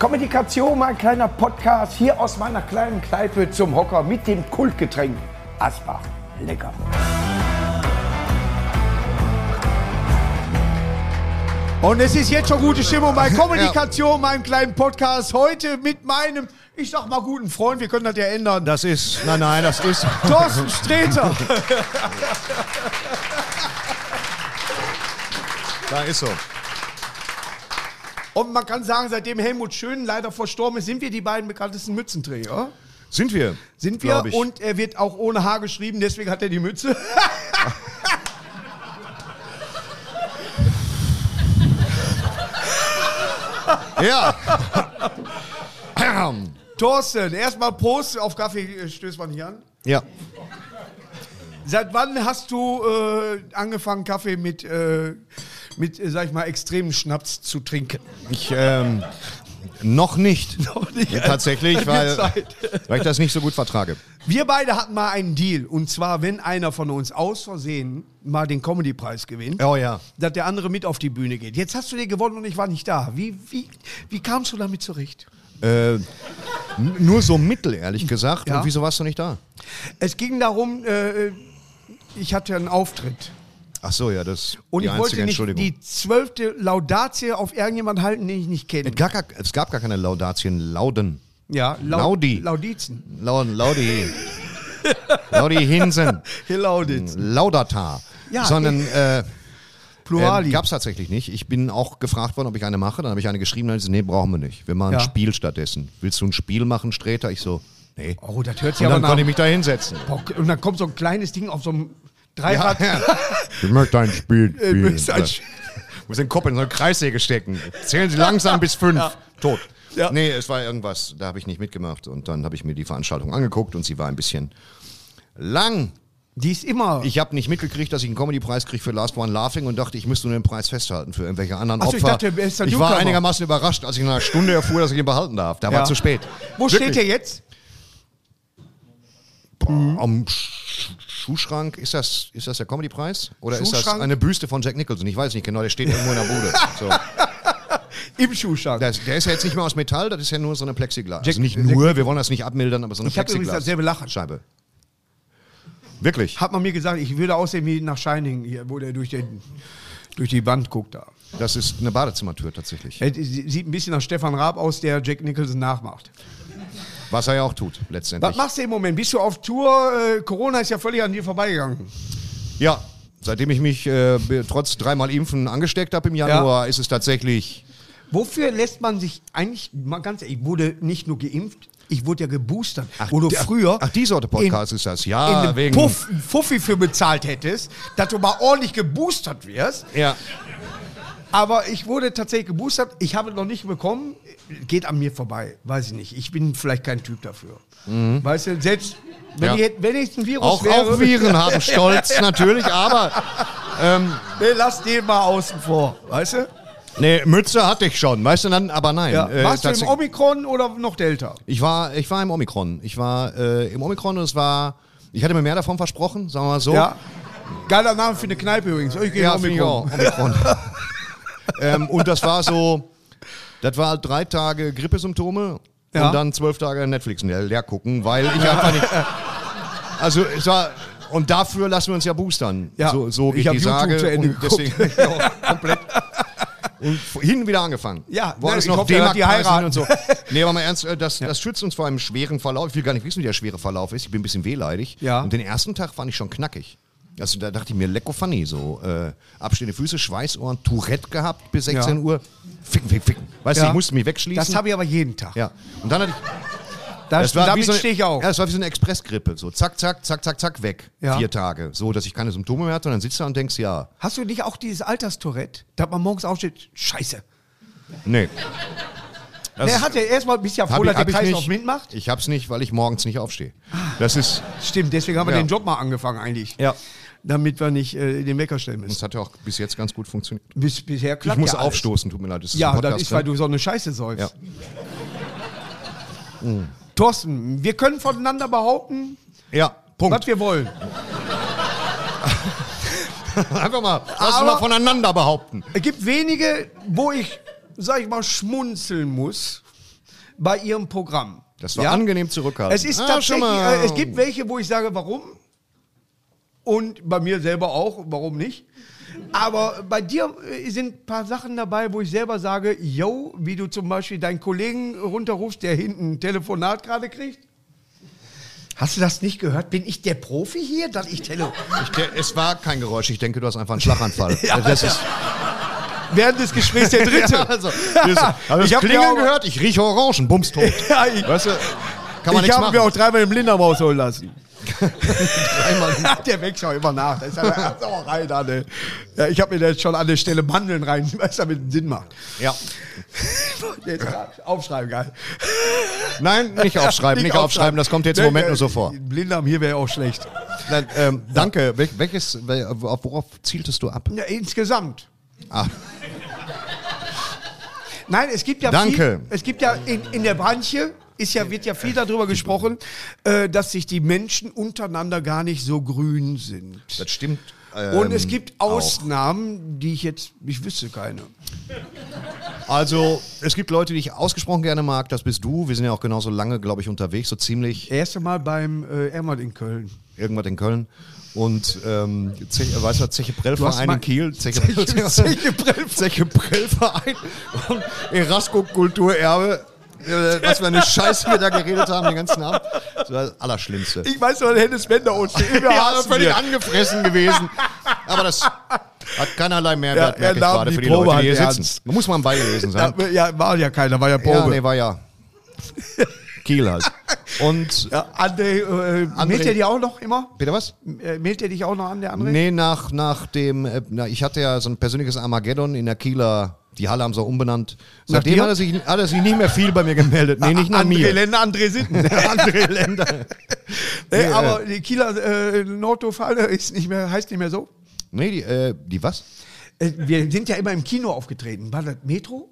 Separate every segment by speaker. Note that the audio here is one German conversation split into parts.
Speaker 1: Kommunikation, mein kleiner Podcast hier aus meiner kleinen Kneipe zum Hocker mit dem Kultgetränk Asbach. Lecker.
Speaker 2: Und es ist jetzt schon gute Stimmung bei Kommunikation, meinem kleinen Podcast. Heute mit meinem, ich sag mal, guten Freund, wir können das ja ändern.
Speaker 3: Das ist, nein, nein, das ist.
Speaker 2: Thorsten Streter.
Speaker 3: Da ist so.
Speaker 2: Und man kann sagen, seitdem Helmut Schön leider verstorben ist, sind wir die beiden bekanntesten Mützenträger.
Speaker 3: Sind wir?
Speaker 2: Sind wir
Speaker 3: Glaub ich.
Speaker 2: und er wird auch ohne Haar geschrieben, deswegen hat er die Mütze.
Speaker 3: Ja.
Speaker 2: Thorsten, erstmal Prost, auf Kaffee äh, stößt man nicht an.
Speaker 3: ja.
Speaker 2: Seit wann hast du äh, angefangen, Kaffee mit, äh, mit, äh, sag ich mal, extremem Schnaps zu trinken?
Speaker 3: Ich, ähm, noch nicht.
Speaker 2: Noch nicht.
Speaker 3: Tatsächlich, weil,
Speaker 2: Zeit.
Speaker 3: weil ich das nicht so gut vertrage.
Speaker 2: Wir beide hatten mal einen Deal. Und zwar, wenn einer von uns aus Versehen mal den Comedy-Preis gewinnt,
Speaker 3: Oh ja.
Speaker 2: dass der andere mit auf die Bühne geht. Jetzt hast du den gewonnen und ich war nicht da. Wie, wie, wie kamst du damit zurecht?
Speaker 3: Äh, n- nur so mittel, ehrlich gesagt.
Speaker 2: Ja.
Speaker 3: Und wieso warst du nicht da?
Speaker 2: Es ging darum, äh, ich hatte einen Auftritt.
Speaker 3: Ach so, ja, das ist
Speaker 2: Und
Speaker 3: die
Speaker 2: ich
Speaker 3: einzige
Speaker 2: wollte nicht
Speaker 3: Entschuldigung.
Speaker 2: die zwölfte Laudatie auf irgendjemanden halten, den ich nicht kenne.
Speaker 3: Gar, gar, es gab gar keine Laudatien, Lauden.
Speaker 2: Ja,
Speaker 3: Laudi.
Speaker 2: Laudizen.
Speaker 3: Lauden, Laudi. Laudi Hinsen.
Speaker 2: Lauditz.
Speaker 3: Laudatar.
Speaker 2: Ja,
Speaker 3: Sondern, äh,
Speaker 2: Plurali.
Speaker 3: Ähm, Gab es tatsächlich nicht. Ich bin auch gefragt worden, ob ich eine mache. Dann habe ich eine geschrieben und gesagt, nee, brauchen wir nicht. Wir machen
Speaker 2: Ja.
Speaker 3: ein Spiel stattdessen. Willst du ein Spiel machen, Sträter? Ich so, nee. Und
Speaker 2: oh, das hört sich aber
Speaker 3: dann
Speaker 2: nach.
Speaker 3: konnte ich mich da hinsetzen.
Speaker 2: Bock. Und dann kommt so ein kleines Ding auf so einem
Speaker 3: Ja,
Speaker 2: Dreirad.
Speaker 3: ja. Ich möchte ein Spiel
Speaker 2: Äh,
Speaker 3: spielen.
Speaker 2: ist ein Sch-
Speaker 3: Muss den Kopf in so eine Kreissäge stecken. Zählen Sie langsam bis fünf. Tot.
Speaker 2: Ja.
Speaker 3: Nee, es war irgendwas. Da habe ich nicht mitgemacht. Und dann habe ich mir die Veranstaltung angeguckt und sie war ein bisschen lang.
Speaker 2: Die ist immer.
Speaker 3: Ich habe nicht mitgekriegt, dass ich einen Comedy-Preis kriege für Last One Laughing und dachte, ich müsste nur den Preis festhalten für irgendwelche anderen
Speaker 2: Ach
Speaker 3: Opfer.
Speaker 2: so, ich dachte, er ist der
Speaker 3: ich war
Speaker 2: Newcomer.
Speaker 3: einigermaßen überrascht, als ich nach einer Stunde erfuhr, dass ich ihn behalten darf. Da
Speaker 2: Ja.
Speaker 3: war zu spät.
Speaker 2: Wo steht der
Speaker 3: Wirklich. Hm.
Speaker 2: jetzt?
Speaker 3: Am Sch- Schuhschrank, ist das, ist das der Comedy-Preis? Oder ist das
Speaker 2: Schuhschrank?
Speaker 3: eine Büste von Jack Nicholson? Ich weiß nicht genau, der steht irgendwo in der Bude. So.
Speaker 2: Im Schuhschrank.
Speaker 3: Das, der ist ja jetzt nicht mehr aus Metall, das ist ja nur so eine Plexiglas.
Speaker 2: Jack-
Speaker 3: also nicht nur, wir wollen das nicht abmildern, aber so eine
Speaker 2: Ich hab übrigens
Speaker 3: Plexiglas.
Speaker 2: dasselbe Lachen.
Speaker 3: Scheibe. Wirklich?
Speaker 2: Hat man mir gesagt, ich würde aussehen wie nach Shining, hier, wo der durch, den, durch die Wand guckt da.
Speaker 3: Das ist eine Badezimmertür tatsächlich.
Speaker 2: Er sieht ein bisschen nach Stefan Raab aus, der Jack Nicholson nachmacht.
Speaker 3: Was er ja auch tut, letztendlich.
Speaker 2: Was machst du im Moment? Bist du auf Tour? Äh, Corona ist ja völlig an dir vorbeigegangen.
Speaker 3: Ja, seitdem ich mich äh, be- trotz dreimal Impfen angesteckt habe im Januar, ist es tatsächlich.
Speaker 2: Wofür lässt man sich eigentlich, mal ganz ehrlich, ich wurde nicht nur geimpft, ich wurde ja geboostert, wo du
Speaker 3: der-
Speaker 2: früher
Speaker 3: Ach, die Sorte Podcast
Speaker 2: in,
Speaker 3: ist das.
Speaker 2: in
Speaker 3: Ja,
Speaker 2: einem
Speaker 3: wegen.
Speaker 2: Puff, einen Fuffi für bezahlt hättest, dass du mal ordentlich geboostert wirst.
Speaker 3: Ja.
Speaker 2: Aber ich wurde tatsächlich geboostert. Ich habe noch nicht bekommen. Geht an mir vorbei. Weiß ich nicht. Ich bin vielleicht kein Typ dafür. Weißt du, selbst wenn,
Speaker 3: Ja.
Speaker 2: ich, hätte- wenn ich ein Virus
Speaker 3: Auch,
Speaker 2: wäre.
Speaker 3: auch Viren haben Stolz natürlich, aber
Speaker 2: Nee, lass den mal außen vor. Weißt du?
Speaker 3: nee, Mütze hatte ich schon, weißt du dann, aber nein.
Speaker 2: Ja.
Speaker 3: äh,
Speaker 2: Warst du im
Speaker 3: tatsächlich-
Speaker 2: Omikron oder noch Delta?
Speaker 3: Ich war, ich war im Omikron. Ich war äh, im Omikron und es war. Ich hatte mir mehr davon versprochen, sagen wir mal so.
Speaker 2: Ja. Geiler Name für eine Kneipe übrigens. Oh, Ich gehe
Speaker 3: ja,
Speaker 2: in
Speaker 3: finde ich auch.
Speaker 2: Omikron.
Speaker 3: Omikron. ähm, und das war so, das war halt drei Tage Grippesymptome
Speaker 2: Ja.
Speaker 3: und dann zwölf Tage Netflix leer, leer gucken, weil ich einfach nicht. Also es war. Und dafür lassen wir uns ja boostern.
Speaker 2: Ja.
Speaker 3: So, so
Speaker 2: Ich
Speaker 3: geht
Speaker 2: hab
Speaker 3: die
Speaker 2: YouTube
Speaker 3: Sage.
Speaker 2: zu Ende
Speaker 3: und deswegen ja, komplett. Und f- hin und wieder angefangen.
Speaker 2: Ja,
Speaker 3: Wo
Speaker 2: ne,
Speaker 3: alles
Speaker 2: ich
Speaker 3: noch
Speaker 2: hoffe, er hat
Speaker 3: D-Mark
Speaker 2: die
Speaker 3: preisen
Speaker 2: heiraten.
Speaker 3: und so. Nee, aber mal ernst, äh, das, das schützt uns vor einem schweren Verlauf. Ich will gar nicht wissen, wie der schwere Verlauf ist. Ich bin ein bisschen wehleidig.
Speaker 2: Ja.
Speaker 3: Und den ersten Tag fand ich schon knackig. Also da dachte ich mir, lecko funny, so äh, abstehende Füße, Schweißohren, Tourette gehabt bis 16
Speaker 2: Ja.
Speaker 3: Uhr. Ficken, ficken, ficken. Weißt du,
Speaker 2: Ja.
Speaker 3: ich musste mich wegschließen.
Speaker 2: Das habe ich aber jeden Tag.
Speaker 3: ja. Und dann hatte ich,
Speaker 2: Das, damit
Speaker 3: so eine-
Speaker 2: stehe ich auch.
Speaker 3: Ja, das war wie so eine Expressgrippe. So zack, zack, zack, zack, zack, weg.
Speaker 2: Ja.
Speaker 3: Vier Tage. So, dass ich keine Symptome mehr hatte. Und dann sitzt du da und denkst, ja,
Speaker 2: Hast du nicht auch dieses Alterstourette, dass man morgens aufsteht? Scheiße.
Speaker 3: nee. Das
Speaker 2: Der hat ja erstmal ein bisschen
Speaker 3: hab
Speaker 2: froh, dass der
Speaker 3: hab
Speaker 2: Kreislauf
Speaker 3: nicht.
Speaker 2: mitmacht. Ah.
Speaker 3: Ich hab's nicht, weil ich morgens nicht aufstehe. Das ist,
Speaker 2: Stimmt, deswegen haben wir
Speaker 3: Ja.
Speaker 2: den Job mal angefangen eigentlich.
Speaker 3: Ja.
Speaker 2: Damit wir nicht äh, den Wecker stellen müssen.
Speaker 3: das hat ja auch bis jetzt ganz gut funktioniert.
Speaker 2: Bis, bisher klappt
Speaker 3: Ich muss
Speaker 2: ja alles.
Speaker 3: aufstoßen, tut mir leid. Das ist ein
Speaker 2: Ja,
Speaker 3: Podcast,
Speaker 2: das ist,
Speaker 3: ne?
Speaker 2: weil du so eine Scheiße säufst.
Speaker 3: Ja.
Speaker 2: Thorsten, wir können voneinander behaupten,
Speaker 3: Ja,
Speaker 2: was
Speaker 3: Punkt.
Speaker 2: wir wollen.
Speaker 3: Einfach mal, lass uns
Speaker 2: Aber-
Speaker 3: mal voneinander behaupten.
Speaker 2: Es gibt wenige, wo ich, sag ich mal, schmunzeln muss. bei ihrem Programm.
Speaker 3: Das war angenehm zurückhaltend.
Speaker 2: Es ist
Speaker 3: Ah, schon
Speaker 2: tatsächlich,
Speaker 3: mal.
Speaker 2: äh, es gibt welche, wo ich sage, warum? Und bei mir selber auch, warum nicht? Aber bei dir äh, sind ein paar Sachen dabei, wo ich selber sage, yo, wie du zum Beispiel deinen Kollegen runterrufst, der hinten ein Telefonat gerade kriegt. Hast du das nicht gehört? Bin ich der Profi hier, dass ich Telefon...
Speaker 3: Ich, der, es war kein Geräusch, ich denke, du hast einfach einen Schlaganfall. das ist,
Speaker 2: Während des Gesprächs der Dritte.
Speaker 3: ja, also, das, hab ich
Speaker 2: Ich hab
Speaker 3: habe
Speaker 2: mir
Speaker 3: Klingeln
Speaker 2: auch-
Speaker 3: gehört, ich rieche Orangen, bums tot.
Speaker 2: Ja, ich-
Speaker 3: weißt du, kann man
Speaker 2: ich
Speaker 3: nichts
Speaker 2: habe
Speaker 3: machen.
Speaker 2: mir auch dreimal im Lindermaus holen lassen.
Speaker 3: Einmal-
Speaker 2: Ja, der wächst ja immer nach. Das ist ja auch rein, Anne. Ja, ich habe mir da jetzt schon an der Stelle Mandeln rein, weil es damit Sinn macht.
Speaker 3: ja.
Speaker 2: Jetzt aufschreiben, geil.
Speaker 3: Nein, nicht aufschreiben, nicht aufschreiben, das kommt jetzt im
Speaker 2: Nee,
Speaker 3: Moment
Speaker 2: äh,
Speaker 3: nur so vor.
Speaker 2: Blinddarm hier wäre auch schlecht.
Speaker 3: Nein, ähm, danke, Wel welches, wel auf worauf zieltest du ab?
Speaker 2: Ja, insgesamt.
Speaker 3: Ah.
Speaker 2: Nein, es gibt ja
Speaker 3: Danke.
Speaker 2: viel, es gibt ja in, in der Branche ist ja, wird ja viel darüber gesprochen, äh, dass sich die Menschen untereinander gar nicht so grün sind.
Speaker 3: Das stimmt. ähm,
Speaker 2: Und es gibt
Speaker 3: auch.
Speaker 2: Ausnahmen, die ich jetzt, ich wüsste keine.
Speaker 3: Also, es gibt Leute, die ich ausgesprochen gerne mag, das bist du. Wir sind ja auch genauso lange, glaube ich, unterwegs, so ziemlich
Speaker 2: Erste Mal beim äh, Ermat in Köln.
Speaker 3: irgendwas in Köln. Und ähm, Ze äh, weißt du, Zeche
Speaker 2: hast
Speaker 3: Prellverein
Speaker 2: mal-
Speaker 3: in Kiel, Zeche, Zeche,
Speaker 2: Zeche
Speaker 3: Zeche Prellverein und Erasco Kulturerbe. Äh, was für eine Scheiße wir da geredet haben den ganzen Abend. Das war das Allerschlimmste.
Speaker 2: Ich weiß noch, Hennes Bender uns. Wir
Speaker 3: Ja,
Speaker 2: hassen
Speaker 3: völlig
Speaker 2: wir.
Speaker 3: angefressen gewesen. Aber das hat keinerlei Mehrwert,
Speaker 2: Ja,
Speaker 3: merke
Speaker 2: er
Speaker 3: ich
Speaker 2: nahm
Speaker 3: gerade,
Speaker 2: die
Speaker 3: für die
Speaker 2: Probe
Speaker 3: Leute, die
Speaker 2: halt
Speaker 3: hier sitzen.
Speaker 2: ernst.
Speaker 3: Man muss mal am Ball gewesen sein.
Speaker 2: Ja, ja, war ja keiner, war ja Probe.
Speaker 3: Ja, nee, war ja. Kiel halt. Und,
Speaker 2: Ja, André, äh, mäht der die auch noch immer?
Speaker 3: bitte was?
Speaker 2: Äh, mäht der dich auch noch an, der André?
Speaker 3: Nee, nach, nach dem, äh, na, ich hatte ja so ein persönliches Armageddon in der Kieler, die Halle haben sie auch umbenannt. Seitdem
Speaker 2: dir?
Speaker 3: hat er, sich, hat er sich nicht mehr viel bei mir gemeldet. Nee, nicht nach
Speaker 2: André
Speaker 3: mir.
Speaker 2: Länder, André Sitten.
Speaker 3: André Länder.
Speaker 2: nee,
Speaker 3: äh.
Speaker 2: aber die Kieler äh, Nordhofhalle ist nicht mehr, heißt nicht mehr so.
Speaker 3: Nee, die, äh, die was?
Speaker 2: Äh, wir sind ja immer im Kino aufgetreten. War das Metro?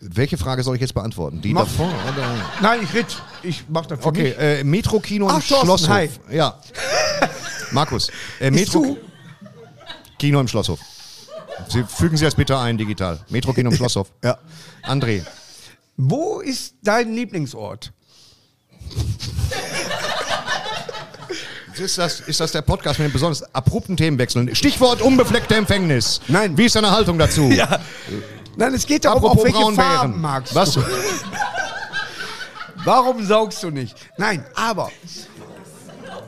Speaker 3: Welche Frage soll ich jetzt beantworten? Die
Speaker 2: Mach.
Speaker 3: davor oder?
Speaker 2: Nein, ich red. Ich mach das für
Speaker 3: Okay,
Speaker 2: mich.
Speaker 3: äh, Metro-Kino im
Speaker 2: Ach, Thorsten,
Speaker 3: Schlosshof.
Speaker 2: hi.
Speaker 3: Ja. Markus, äh,
Speaker 2: Ist
Speaker 3: Metro... Kino im Schlosshof. Sie, fügen Sie das bitte ein, digital. Metro Kino im Schlosshof.
Speaker 2: Ja.
Speaker 3: André,
Speaker 2: Wo ist dein Lieblingsort?
Speaker 3: ist das, ist das der Podcast mit dem besonders abrupten Themenwechsel? Stichwort unbefleckte Empfängnis.
Speaker 2: Nein.
Speaker 3: Wie ist deine Haltung dazu? Ja.
Speaker 2: Nein, es geht darum,
Speaker 3: Apropos
Speaker 2: auf welche
Speaker 3: Braunbären.
Speaker 2: Farben magst
Speaker 3: Was?
Speaker 2: du. Warum saugst du nicht? Nein, aber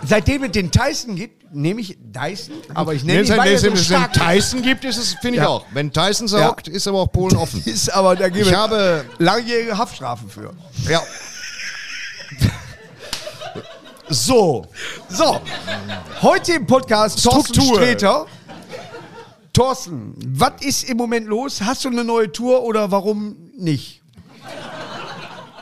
Speaker 2: seitdem es den Tyson gibt, nehme ich Dyson, aber ich nenne
Speaker 3: Wenn es
Speaker 2: ihn
Speaker 3: ein- wenn
Speaker 2: weil er
Speaker 3: es
Speaker 2: so
Speaker 3: einen
Speaker 2: stark ist.
Speaker 3: Tyson gibt, ist es, finde ich
Speaker 2: Ja.
Speaker 3: auch. Wenn Tyson saugt, ist aber auch Polen offen.
Speaker 2: ist. Aber da gebe
Speaker 3: Ich habe- äh,
Speaker 2: langjährige Haftstrafen für.
Speaker 3: Ja. So.
Speaker 2: So, heute im Podcast Thorsten
Speaker 3: Struktur.
Speaker 2: Streter. Thorsten, was ist im Moment los? Hast du eine neue Tour oder warum nicht?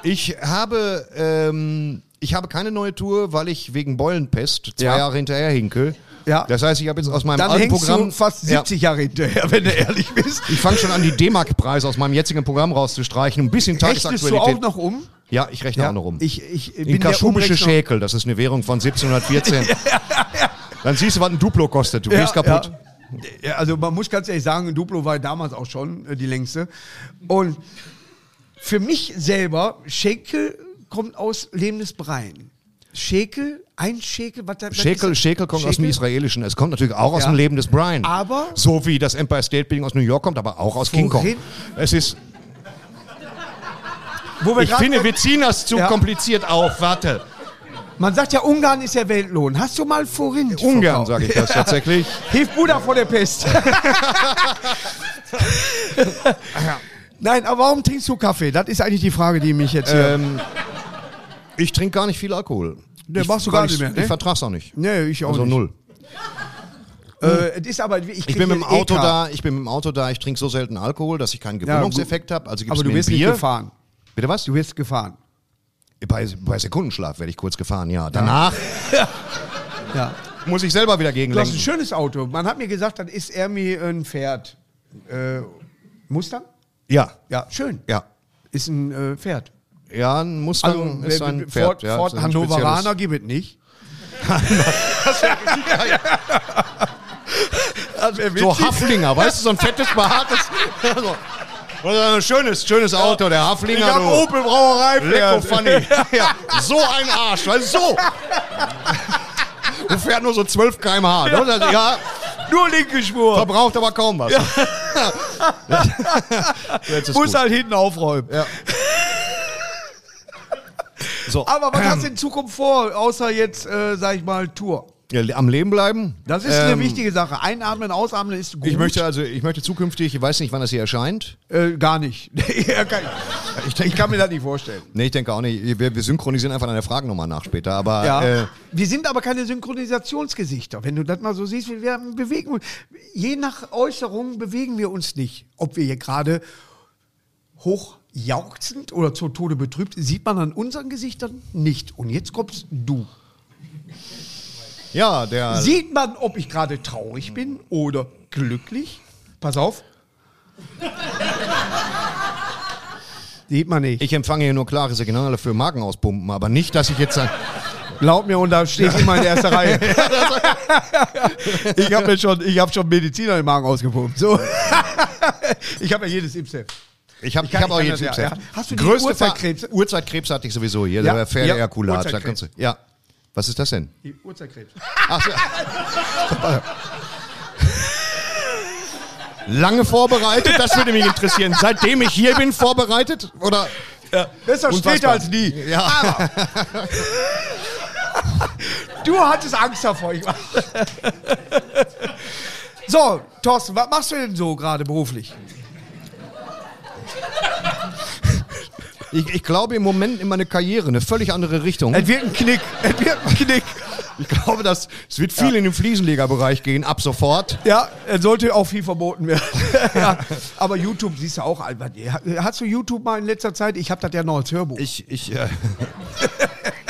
Speaker 3: Ich habe, ähm, ich habe keine neue Tour, weil ich wegen Beulenpest zwei
Speaker 2: Ja.
Speaker 3: Jahre hinterher hinke.
Speaker 2: Ja.
Speaker 3: Das heißt, ich habe jetzt aus meinem
Speaker 2: Dann
Speaker 3: alten
Speaker 2: hängst
Speaker 3: Programm
Speaker 2: du fast
Speaker 3: Ja.
Speaker 2: 70 Jahre hinterher, wenn du ehrlich bist.
Speaker 3: Ich fange schon an, die D-Mark-Preise aus meinem jetzigen Programm rauszustreichen, um ein bisschen
Speaker 2: Rechnest du auch
Speaker 3: Tagesaktualität.
Speaker 2: noch um?
Speaker 3: Ja, ich rechne auch noch rum.
Speaker 2: Ich, ich
Speaker 3: In
Speaker 2: bin der
Speaker 3: kaschubische
Speaker 2: Umrechner-
Speaker 3: Schäkel, das ist eine Währung von 1714. Dann siehst du, was ein Duplo kostet. Du gehst kaputt.
Speaker 2: Ja. Ja, also man muss ganz ehrlich sagen, Duplo war damals auch schon äh, die längste. Und für mich selber, Schäkel kommt aus lebendes Breien. Schäkel, ein Schäkel, was da was
Speaker 3: Schäkel,
Speaker 2: ist-
Speaker 3: Schäkel kommt aus dem
Speaker 2: Schäkel?
Speaker 3: Israelischen. Es kommt natürlich auch aus
Speaker 2: Ja.
Speaker 3: dem Leben des Brian.
Speaker 2: Aber-
Speaker 3: So wie das Empire State Building aus New York kommt, aber auch aus King Kong.
Speaker 2: Worin-
Speaker 3: Es ist,
Speaker 2: Wo wir
Speaker 3: ich
Speaker 2: grad-
Speaker 3: finde, wir ziehen das zu
Speaker 2: Ja.
Speaker 3: kompliziert auf. Warte.
Speaker 2: man sagt ja, Ungarn ist der Weltlohn. Hast du mal Forint?
Speaker 3: Äh, Ungarn, sage ich das tatsächlich.
Speaker 2: Hilf Bruder vor der Pest. Nein, aber warum trinkst du Kaffee? Das ist eigentlich die Frage, die mich jetzt hier...
Speaker 3: ähm, ich trinke gar nicht viel Alkohol.
Speaker 2: Ne,
Speaker 3: ich,
Speaker 2: machst du gar
Speaker 3: weil
Speaker 2: nicht
Speaker 3: ich-
Speaker 2: mehr, ne?
Speaker 3: Ich vertrag's auch nicht.
Speaker 2: nee, ich auch
Speaker 3: Also
Speaker 2: nicht.
Speaker 3: null.
Speaker 2: Äh, es ist aber, ich,
Speaker 3: Hm.
Speaker 2: eh
Speaker 3: Ich
Speaker 2: krieg
Speaker 3: bin mit dem
Speaker 2: hier
Speaker 3: Auto
Speaker 2: EK.
Speaker 3: da, ich bin mit dem Auto da, ich trinke so selten Alkohol, dass ich keinen
Speaker 2: Ja, gut.
Speaker 3: Gewöhnungseffekt habe. Also gibt's
Speaker 2: Aber du
Speaker 3: mir ein
Speaker 2: wirst nicht
Speaker 3: Bier.
Speaker 2: gefahren.
Speaker 3: Bitte was?
Speaker 2: Du wirst gefahren.
Speaker 3: Bei, bei Sekundenschlaf werde ich kurz gefahren, ja. Danach
Speaker 2: Ja.
Speaker 3: muss ich selber wieder
Speaker 2: Du hast ein
Speaker 3: gegenlenken.
Speaker 2: schönes Auto. Man hat mir gesagt, dann ist er mir ein Pferd. Äh, Mustang?
Speaker 3: Ja,
Speaker 2: Ja, schön.
Speaker 3: ja.
Speaker 2: Ist ein äh, Pferd.
Speaker 3: Ja, ein Mustang Also, ist
Speaker 2: Also, wer-
Speaker 3: ein
Speaker 2: Ford,
Speaker 3: Pferd. ja,
Speaker 2: Ford
Speaker 3: ist ein
Speaker 2: Hannoveraner gibt es nicht. das wäre
Speaker 3: spezielles. So Haflinger, weißt du, so ein fettes, behaartes. Also, Und ein schönes, schönes Auto, der Haflinger.
Speaker 2: Ich hab
Speaker 3: du.
Speaker 2: Opel Brauerei.
Speaker 3: Lecko
Speaker 2: fährt.
Speaker 3: Funny. ja, so ein Arsch, weißt du, so. Und fährt nur so 12 km/h. ne? Und dann, Ja,
Speaker 2: Nur linke Spur.
Speaker 3: verbraucht aber kaum was. Jetzt ist
Speaker 2: Muss
Speaker 3: gut.
Speaker 2: halt hinten aufräumen.
Speaker 3: Ja. So,
Speaker 2: Aber was hast du in Zukunft vor, außer jetzt, äh, sag ich mal, Tour?
Speaker 3: ja, am Leben bleiben.
Speaker 2: Das ist
Speaker 3: Ähm,
Speaker 2: eine wichtige Sache. Einatmen, ausatmen ist gut.
Speaker 3: Ich möchte also, ich möchte zukünftig, ich weiß nicht, wann das hier erscheint.
Speaker 2: Äh, gar nicht. Ja, kann ich, ich kann mir das nicht vorstellen.
Speaker 3: Nee, ich denke auch nicht. Wir, wir synchronisieren einfach deine Fragen nochmal nach später. Aber
Speaker 2: Ja.
Speaker 3: äh,
Speaker 2: wir sind aber keine Synchronisationsgesichter. Wenn du das mal so siehst, wir- wir bewegen uns. Je nach Äußerung bewegen wir uns nicht. Ob wir hier gerade hochjauchzend oder zu Tode betrübt, sieht man an unseren Gesichtern nicht. Und jetzt kommst du.
Speaker 3: ja, der.
Speaker 2: Sieht man, ob ich gerade traurig bin oder glücklich? Pass auf. Sieht man nicht.
Speaker 3: Ich empfange hier nur klare Signale für Magenauspumpen, aber nicht, dass ich jetzt.
Speaker 2: Glaub mir, und da stehe ich immer in erster Reihe. ich habe schon, ich hab schon Mediziner im Magen ausgepumpt. So. ich habe ja jedes Ipsef.
Speaker 3: Ich habe
Speaker 2: Ich kann-
Speaker 3: hab
Speaker 2: ich
Speaker 3: auch
Speaker 2: kann
Speaker 3: jetzt
Speaker 2: das, ja, ja. Hast du die
Speaker 3: Größte Ver-
Speaker 2: Uhrzeitkrebs?
Speaker 3: Uhrzeitkrebs hatte ich sowieso hier,
Speaker 2: Ja,
Speaker 3: der
Speaker 2: ja,
Speaker 3: Pferdeerkulat. da
Speaker 2: Uhrzeitkrebs.
Speaker 3: kannst du- ja. Was ist das denn?
Speaker 2: Uhrzeitkrebs.
Speaker 3: Lange vorbereitet, das würde mich interessieren. Seitdem ich hier bin, vorbereitet? Oder?
Speaker 2: Besser
Speaker 3: Unfassbar.
Speaker 2: später als nie. Ah.
Speaker 3: Ja.
Speaker 2: Du hattest Angst davor. Ich so, Thorsten, was machst du denn so gerade beruflich?
Speaker 3: Ich, ich glaube im Moment in meine Karriere eine völlig andere Richtung.
Speaker 2: Es wird ein Knick. Es wird ein Knick.
Speaker 3: Ich glaube, das, es wird viel in den Fliesenlegerbereich gehen, ab sofort.
Speaker 2: Ja, es sollte auch viel verboten werden. ja. Aber YouTube siehst du auch. Albert. Hast du YouTube mal in letzter Zeit? Ich habe das ja noch als Hörbuch.
Speaker 3: Ich, ich, äh,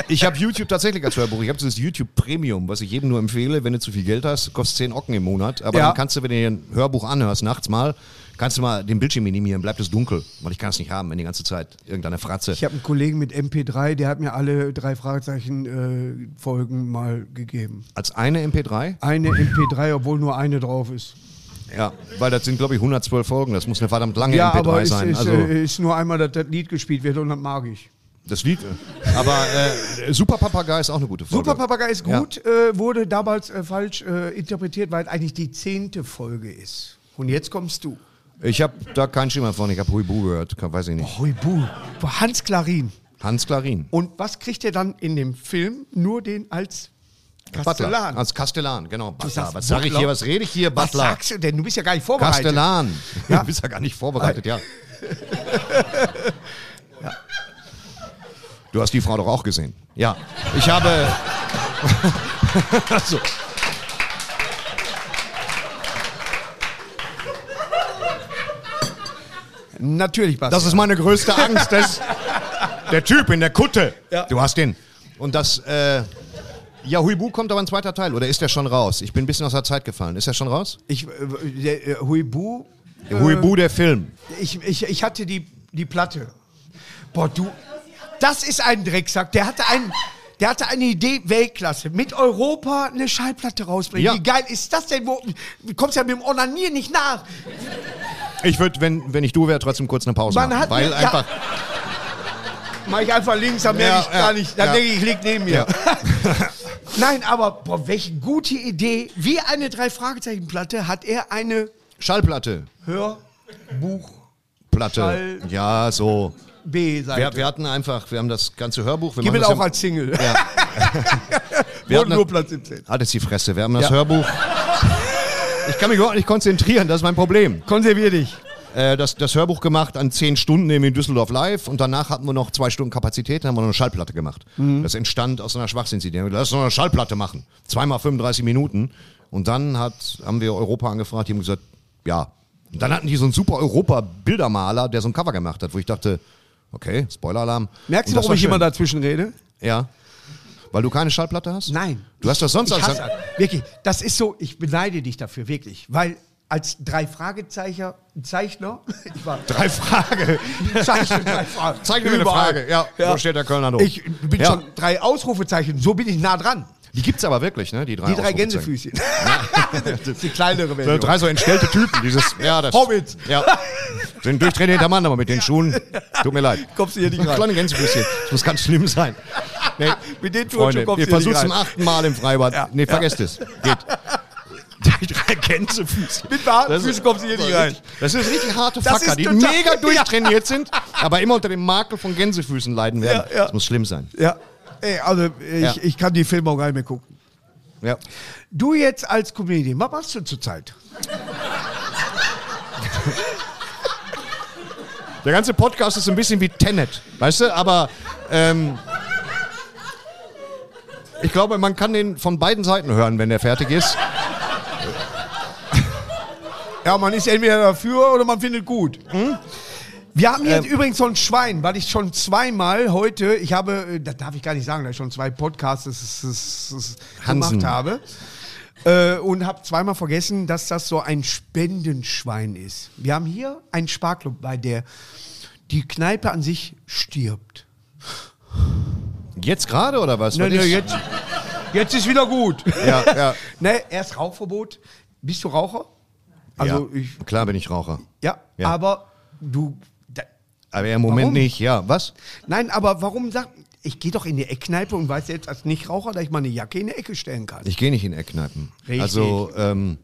Speaker 3: ich habe YouTube tatsächlich als Hörbuch. Ich habe dieses YouTube Premium, was ich jedem nur empfehle, wenn du zu viel Geld hast, kostet 10 Ocken im Monat. Aber
Speaker 2: Ja.
Speaker 3: dann kannst du, wenn du dir ein Hörbuch anhörst, nachts mal, kannst du mal den Bildschirm minimieren, bleibt es dunkel. Weil ich kann es nicht haben, wenn die ganze Zeit irgendeine Fratze.
Speaker 2: Ich habe einen Kollegen mit MP3, der hat mir alle drei Fragezeichen äh, Folgen mal gegeben.
Speaker 3: Als eine MP3?
Speaker 2: Eine MP3, obwohl nur eine drauf ist.
Speaker 3: Ja, weil das sind, glaube ich, 112 Folgen. Das muss eine verdammt lange
Speaker 2: Ja,
Speaker 3: MP3
Speaker 2: aber es
Speaker 3: sein.
Speaker 2: ist,
Speaker 3: also,
Speaker 2: äh, ist nur einmal, dass das Lied gespielt wird und das mag ich.
Speaker 3: das Lied. äh, Aber äh, Super Papagei ist auch eine gute Folge.
Speaker 2: Super Papagei ist gut, äh, wurde damals äh, falsch äh, interpretiert, weil es eigentlich die zehnte Folge ist. Und jetzt kommst du.
Speaker 3: Ich habe da keinen Schimmer von. Ich habe Huibu gehört. Kann- Weiß ich nicht.
Speaker 2: Hoi Bu, Hans Klarin.
Speaker 3: Hans Klarin.
Speaker 2: Und was kriegt er dann in dem Film? Nur den als Kastellan.
Speaker 3: Butler. Als Kastellan, genau. Butler.
Speaker 2: sagst
Speaker 3: Was sag ich
Speaker 2: Butler?
Speaker 3: hier? Was rede ich hier?
Speaker 2: was
Speaker 3: Butler.
Speaker 2: sagst du denn? Du bist ja gar nicht vorbereitet.
Speaker 3: Kastellan.
Speaker 2: Ja.
Speaker 3: Du bist ja gar nicht vorbereitet, ja. Du hast die Frau doch auch gesehen. Ja. Ich habe. also,
Speaker 2: Natürlich, Basti.
Speaker 3: das ist meine größte Angst. Das, der Typ in der Kutte.
Speaker 2: Ja.
Speaker 3: Du hast den. Und das. Äh, ja, Huibu kommt aber ein zweiter Teil. Oder ist der schon raus? Ich bin ein bisschen aus der Zeit gefallen. Ist er schon raus?
Speaker 2: Ich, äh, der, äh, Huibu, Ähm.
Speaker 3: Der Huibu, der Film.
Speaker 2: ich, ich, ich hatte die, die Platte. Boah, du, das ist ein Drecksack. Der hatte, einen, der hatte eine Idee, Weltklasse. Mit Europa eine Schallplatte rausbringen.
Speaker 3: Ja.
Speaker 2: Wie geil ist das denn? Wo, du kommst ja mit dem Onanier nicht nach.
Speaker 3: Ich würde, wenn, wenn ich du wäre, trotzdem kurz eine Pause
Speaker 2: Man
Speaker 3: machen.
Speaker 2: hat
Speaker 3: weil
Speaker 2: mir- ja.
Speaker 3: einfach.
Speaker 2: Mach ich einfach links, dann merke
Speaker 3: Ja,
Speaker 2: ich
Speaker 3: ja,
Speaker 2: gar nicht. Dann
Speaker 3: ja.
Speaker 2: denke ich, ich liegt neben mir.
Speaker 3: Ja.
Speaker 2: Nein, aber boah, welche gute Idee. Wie eine Drei-Fragezeichen-Platte hat er eine
Speaker 3: Schallplatte.
Speaker 2: Hörbuch-B-Seite.
Speaker 3: Platte.
Speaker 2: Schall-
Speaker 3: Ja, so. Wir, wir hatten einfach, wir haben das ganze Hörbuch. Wir
Speaker 2: Gib
Speaker 3: machen
Speaker 2: ihn
Speaker 3: das
Speaker 2: auch
Speaker 3: ja-
Speaker 2: als Single.
Speaker 3: wir hatten
Speaker 2: Wurde nur
Speaker 3: das,
Speaker 2: Platz 17.
Speaker 3: halt jetzt die Fresse. Wir haben das
Speaker 2: Ja.
Speaker 3: Hörbuch. Ich kann mich überhaupt nicht konzentrieren, das ist mein Problem.
Speaker 2: Konservier dich.
Speaker 3: Äh, das, das Hörbuch gemacht an zehn Stunden eben in Düsseldorf live und danach hatten wir noch zwei Stunden Kapazität, dann haben wir noch eine Schallplatte gemacht.
Speaker 2: Mhm.
Speaker 3: Das entstand aus einer Schwachsinnsidee. Lass uns noch eine Schallplatte machen. Zweimal 35 Minuten. Und dann hat, haben wir Europa angefragt, die haben gesagt, ja. Und dann hatten die so einen super Europa-Bildermaler, der so ein Cover gemacht hat, wo ich dachte, okay, Spoiler-Alarm.
Speaker 2: Merkst
Speaker 3: Und das
Speaker 2: du, warum
Speaker 3: war
Speaker 2: ich
Speaker 3: schön.
Speaker 2: immer dazwischen rede?
Speaker 3: Ja. Weil du keine Schallplatte hast?
Speaker 2: Nein.
Speaker 3: Du hast das sonst halt-
Speaker 2: Ich
Speaker 3: als.
Speaker 2: hasse das. Wirklich, das ist so, ich beneide dich dafür, wirklich. Weil als drei Fragezeichen, Zeichner, ich war
Speaker 3: Drei Frage.
Speaker 2: Zeichner, drei Fragen.
Speaker 3: Zeig mir eine
Speaker 2: Überall.
Speaker 3: Frage. Ja, wo steht der Kölner Dom?
Speaker 2: Ich bin
Speaker 3: Ja.
Speaker 2: schon drei Ausrufezeichen, so bin ich nah dran.
Speaker 3: Die gibt's aber wirklich, ne? Die drei,
Speaker 2: Die drei
Speaker 3: Ausrufezeichen.
Speaker 2: Gänsefüßchen. das ist die kleinere
Speaker 3: So,
Speaker 2: Version.
Speaker 3: Drei so entstellte Typen, dieses, ja, das.
Speaker 2: Hobbits.
Speaker 3: Ja. Sind durchtrainierter Mann, aber mit den Schuhen. Tut mir leid.
Speaker 2: Kommst du hier nicht rein.
Speaker 3: Kleine Gänsefüßchen. Das muss ganz schlimm sein. Nee,
Speaker 2: Mit den Turnschuhen
Speaker 3: Freunde,
Speaker 2: kommst
Speaker 3: ihr
Speaker 2: du hier nicht
Speaker 3: versucht zum
Speaker 2: rein.
Speaker 3: achten Mal im Freibad. nee, vergesst es. Geht. Die drei Gänsefüßchen.
Speaker 2: Mit behaarten
Speaker 3: Das ist-
Speaker 2: Füßen kommst du hier nicht rein.
Speaker 3: Das sind richtig harte
Speaker 2: Das
Speaker 3: Facker,
Speaker 2: ist
Speaker 3: die
Speaker 2: total-
Speaker 3: mega durchtrainiert sind, aber immer unter dem Makel von Gänsefüßen leiden werden.
Speaker 2: Ja, ja.
Speaker 3: Das muss schlimm sein.
Speaker 2: Ja. Ey, also ich,
Speaker 3: Ja.
Speaker 2: ich kann die Filme auch gar nicht mehr gucken.
Speaker 3: Ja.
Speaker 2: Du jetzt als Comedian, was machst du zurzeit?
Speaker 3: Der ganze Podcast ist ein bisschen wie Tenet, weißt du? Aber ähm, ich glaube, man kann den von beiden Seiten hören, wenn der fertig ist.
Speaker 2: Ja, man ist entweder dafür oder man findet gut. Hm? Ähm. Wir haben hier übrigens so ein Schwein, weil ich schon zweimal heute, ich habe, äh, das darf ich gar nicht sagen, dass ich schon zwei Podcasts das, das, das, das
Speaker 3: Hansen.
Speaker 2: gemacht habe. Äh, und habe zweimal vergessen, dass das so ein Spendenschwein ist. Wir haben hier einen Sparklub, bei der die Kneipe an sich stirbt.
Speaker 3: Jetzt gerade oder was?
Speaker 2: Ne,
Speaker 3: Was
Speaker 2: ne,
Speaker 3: ist-
Speaker 2: jetzt, jetzt ist wieder gut.
Speaker 3: Ja, ja.
Speaker 2: Ne, erst Rauchverbot. Bist du Raucher? Also
Speaker 3: ja.
Speaker 2: ich,
Speaker 3: Klar bin ich Raucher.
Speaker 2: ja,
Speaker 3: Ja.
Speaker 2: aber du, da,
Speaker 3: Aber im Moment
Speaker 2: Warum?
Speaker 3: nicht, ja. Was?
Speaker 2: Nein, aber warum sagt, ich gehe doch in die Eckkneipe und weiß jetzt als Nichtraucher, dass ich meine Jacke in die Ecke stellen kann.
Speaker 3: Ich gehe nicht in Eckkneipen.
Speaker 2: Richtig.
Speaker 3: Also, ähm,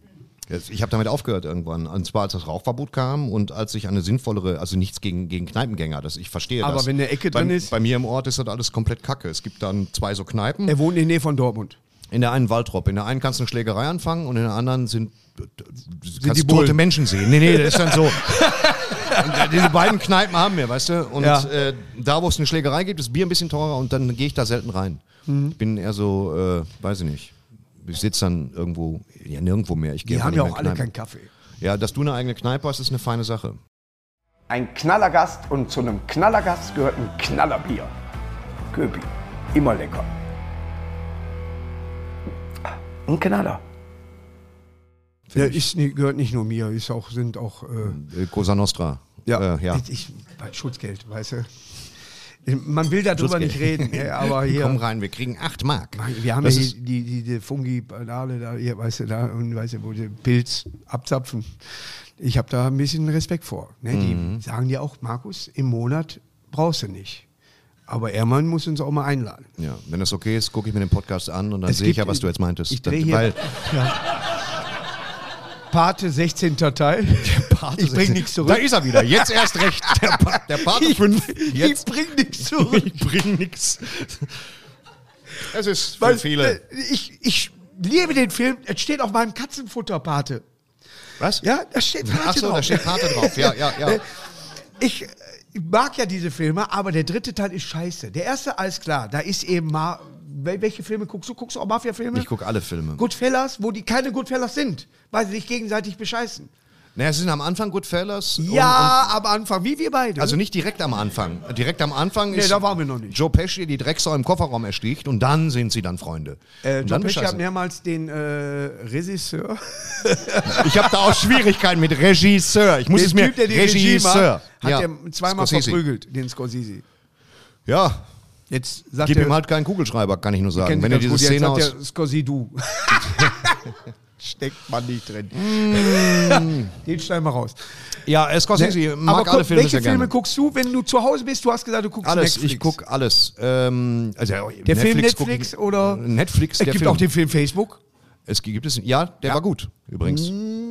Speaker 3: jetzt- ich habe damit aufgehört irgendwann. Und zwar, als das Rauchverbot kam und als ich eine sinnvollere, also nichts gegen, gegen Kneipengänger, das, ich verstehe
Speaker 2: Aber
Speaker 3: das.
Speaker 2: wenn eine Ecke
Speaker 3: bei,
Speaker 2: drin ist-
Speaker 3: Bei mir im Ort ist das alles komplett kacke. Es gibt dann zwei so Kneipen.
Speaker 2: er wohnt in der Nähe von Dortmund.
Speaker 3: In der einen Waldrop. In der einen kannst du eine Schlägerei anfangen und in der anderen sind, kannst
Speaker 2: die
Speaker 3: du tote
Speaker 2: Bullen.
Speaker 3: Menschen sehen. Nee, nee, das ist dann so. Und, äh, diese beiden Kneipen haben wir, weißt du? Und
Speaker 2: Ja.
Speaker 3: äh, da, wo es eine Schlägerei gibt, ist Bier ein bisschen teurer und dann gehe ich da selten rein.
Speaker 2: Mhm.
Speaker 3: Ich bin eher so, äh, weiß ich nicht. Ich sitze dann irgendwo, ja, nirgendwo mehr. Ich gehe
Speaker 2: Die
Speaker 3: einfach
Speaker 2: haben
Speaker 3: nicht
Speaker 2: ja
Speaker 3: mehr
Speaker 2: auch
Speaker 3: in
Speaker 2: alle
Speaker 3: Kneipen.
Speaker 2: keinen Kaffee.
Speaker 3: Ja, dass du eine eigene Kneipe hast, ist eine feine Sache.
Speaker 1: Ein Knallergast und zu einem Knallergast gehört ein Knallerbier. Köpi, immer lecker. Ein Knaller.
Speaker 2: Ja, ist, nie- gehört nicht nur mir, ist auch, sind auch. Äh,
Speaker 3: Äh, Cosa Nostra. Äh, ja.
Speaker 2: Ich, ich, bei Schutzgeld, weißt du. Man will darüber nicht reden, ne, aber hier.
Speaker 3: Komm rein, wir kriegen acht Mark.
Speaker 2: Wir haben ja
Speaker 3: Das
Speaker 2: hier
Speaker 3: ist-
Speaker 2: die, die, die Fungi-Banale da, hier, weißt du, da, und weißt du, wo die Pilz abzapfen. Ich habe da ein bisschen Respekt vor. Ne? Die
Speaker 3: Mhm.
Speaker 2: sagen dir auch, Markus, im Monat brauchst du nicht. Aber Ermann muss uns auch mal einladen.
Speaker 3: Ja, wenn das okay ist, gucke ich mir den Podcast an und dann
Speaker 2: Es
Speaker 3: sehe ich ja,
Speaker 2: gibt-
Speaker 3: was du jetzt meintest.
Speaker 2: Ich
Speaker 3: Das-
Speaker 2: drehe hier.
Speaker 3: Weil
Speaker 2: ja. Pate 16. Teil. ich bringe nichts zurück.
Speaker 3: Da ist er wieder. Jetzt erst recht. Der, pa der Pate
Speaker 2: ich,
Speaker 3: 5.
Speaker 2: ich bringe nichts zurück.
Speaker 3: bring nix. Es ist für
Speaker 2: Weil,
Speaker 3: viele.
Speaker 2: äh, Ich, ich liebe den Film. Es steht auf meinem Katzenfutterpate.
Speaker 3: Was?
Speaker 2: Ja, da steht Pate
Speaker 3: Achso,
Speaker 2: drauf.
Speaker 3: da steht Pate drauf. Ja, ja, ja.
Speaker 2: Ich, äh, ich mag ja diese Filme, aber der dritte Teil ist scheiße. Der erste, alles klar, da ist eben mal. Wel- Welche Filme guckst du? Guckst du auch Mafia-Filme?
Speaker 3: Ich gucke alle Filme.
Speaker 2: Goodfellas, wo die keine Goodfellas sind, weil sie sich gegenseitig bescheißen.
Speaker 3: Naja, es sind am Anfang Goodfellas. und-
Speaker 2: Ja, am Anfang, wie wir beide.
Speaker 3: Also nicht direkt am Anfang. Direkt am Anfang ist
Speaker 2: da waren wir noch nicht.
Speaker 3: Joe Pesci die Drecksau im Kofferraum ersticht und dann sind sie dann Freunde.
Speaker 2: äh,
Speaker 3: Und
Speaker 2: John
Speaker 3: dann
Speaker 2: Pesci hat
Speaker 3: bescheißen-
Speaker 2: mehrmals den äh, Regisseur,
Speaker 3: ich habe da auch Schwierigkeiten mit Regisseur. Ich muss
Speaker 2: den
Speaker 3: es mir
Speaker 2: Typ, der die Regie macht,
Speaker 3: Regisseur.
Speaker 2: hat
Speaker 3: Ja.
Speaker 2: er zweimal
Speaker 3: Scorsese.
Speaker 2: verprügelt, den Scorsese.
Speaker 3: Ja,
Speaker 2: Jetzt sagt
Speaker 3: Gib
Speaker 2: er,
Speaker 3: ihm halt keinen Kugelschreiber, kann ich nur sagen.
Speaker 2: kennt
Speaker 3: Wenn
Speaker 2: ihr
Speaker 3: ihr
Speaker 2: das
Speaker 3: diese
Speaker 2: gut, jetzt
Speaker 3: Szene
Speaker 2: sagt
Speaker 3: aus.
Speaker 2: er Scorsese du. Steckt man nicht drin.
Speaker 3: Mm.
Speaker 2: den schneiden wir raus.
Speaker 3: Ja, äh, Scorsese
Speaker 2: Ne?
Speaker 3: mag
Speaker 2: Aber
Speaker 3: alle
Speaker 2: guck,
Speaker 3: Filme
Speaker 2: welche
Speaker 3: sehr gerne.
Speaker 2: Filme guckst du, wenn du zu Hause bist? Du hast gesagt, du guckst
Speaker 3: alles,
Speaker 2: Netflix.
Speaker 3: ich guck alles. Ähm, also, ja,
Speaker 2: Der Film
Speaker 3: guck ich-
Speaker 2: Netflix oder-
Speaker 3: Netflix,
Speaker 2: Es
Speaker 3: der
Speaker 2: gibt
Speaker 3: Film.
Speaker 2: auch den Film Facebook.
Speaker 3: es gibt es, ja, der war gut, übrigens.
Speaker 2: Mm.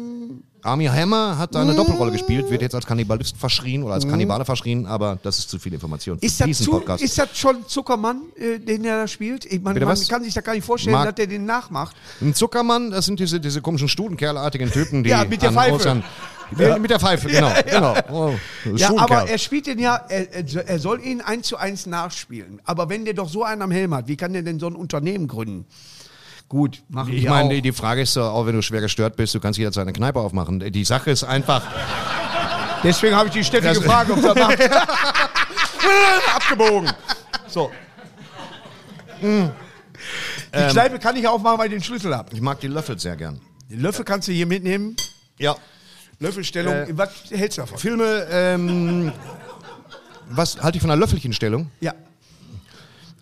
Speaker 3: Army Hammer hat da eine Doppelrolle gespielt, wird jetzt als Kannibalist verschrien oder als Kannibale verschrien, aber das ist zu viel Information für
Speaker 2: Mm. Ist das,
Speaker 3: diesen
Speaker 2: zu,
Speaker 3: Podcast.
Speaker 2: ist das schon Zuckermann, äh, den er da spielt? Ich meine,
Speaker 3: Bitte
Speaker 2: man
Speaker 3: was?
Speaker 2: kann sich da gar nicht vorstellen,
Speaker 3: Mark-
Speaker 2: dass der den nachmacht.
Speaker 3: Ein Zuckermann, das sind diese, diese komischen Studenkerlartigen Typen, die
Speaker 2: Ja, mit der
Speaker 3: an
Speaker 2: Pfeife.
Speaker 3: Ostern- Mit der Pfeife, genau. genau. Oh,
Speaker 2: Ja,
Speaker 3: Studenkerl.
Speaker 2: aber er spielt den ja, er, er so- er soll ihn eins zu eins nachspielen. Aber wenn der doch so einen am Helm hat, wie kann der denn so ein Unternehmen gründen? Gut, machen
Speaker 3: Ich
Speaker 2: wir
Speaker 3: meine,
Speaker 2: auch.
Speaker 3: die, die Frage ist doch, auch wenn du schwer gestört bist, du kannst jederzeit eine Kneipe aufmachen. Die Sache ist einfach.
Speaker 2: Deswegen habe ich die Steffi
Speaker 3: Das-
Speaker 2: gefragt, ob er macht.
Speaker 3: abgebogen! So.
Speaker 2: Die Mm.
Speaker 3: Ähm.
Speaker 2: Kneipe kann ich aufmachen, weil ich den Schlüssel habe.
Speaker 3: Ich mag die Löffel sehr gern.
Speaker 2: Den Löffel kannst du hier mitnehmen.
Speaker 3: Ja.
Speaker 2: Löffelstellung,
Speaker 3: Äh,
Speaker 2: was hältst du davon?
Speaker 3: Filme, ähm. Was halte ich von einer Löffelchenstellung?
Speaker 2: Ja.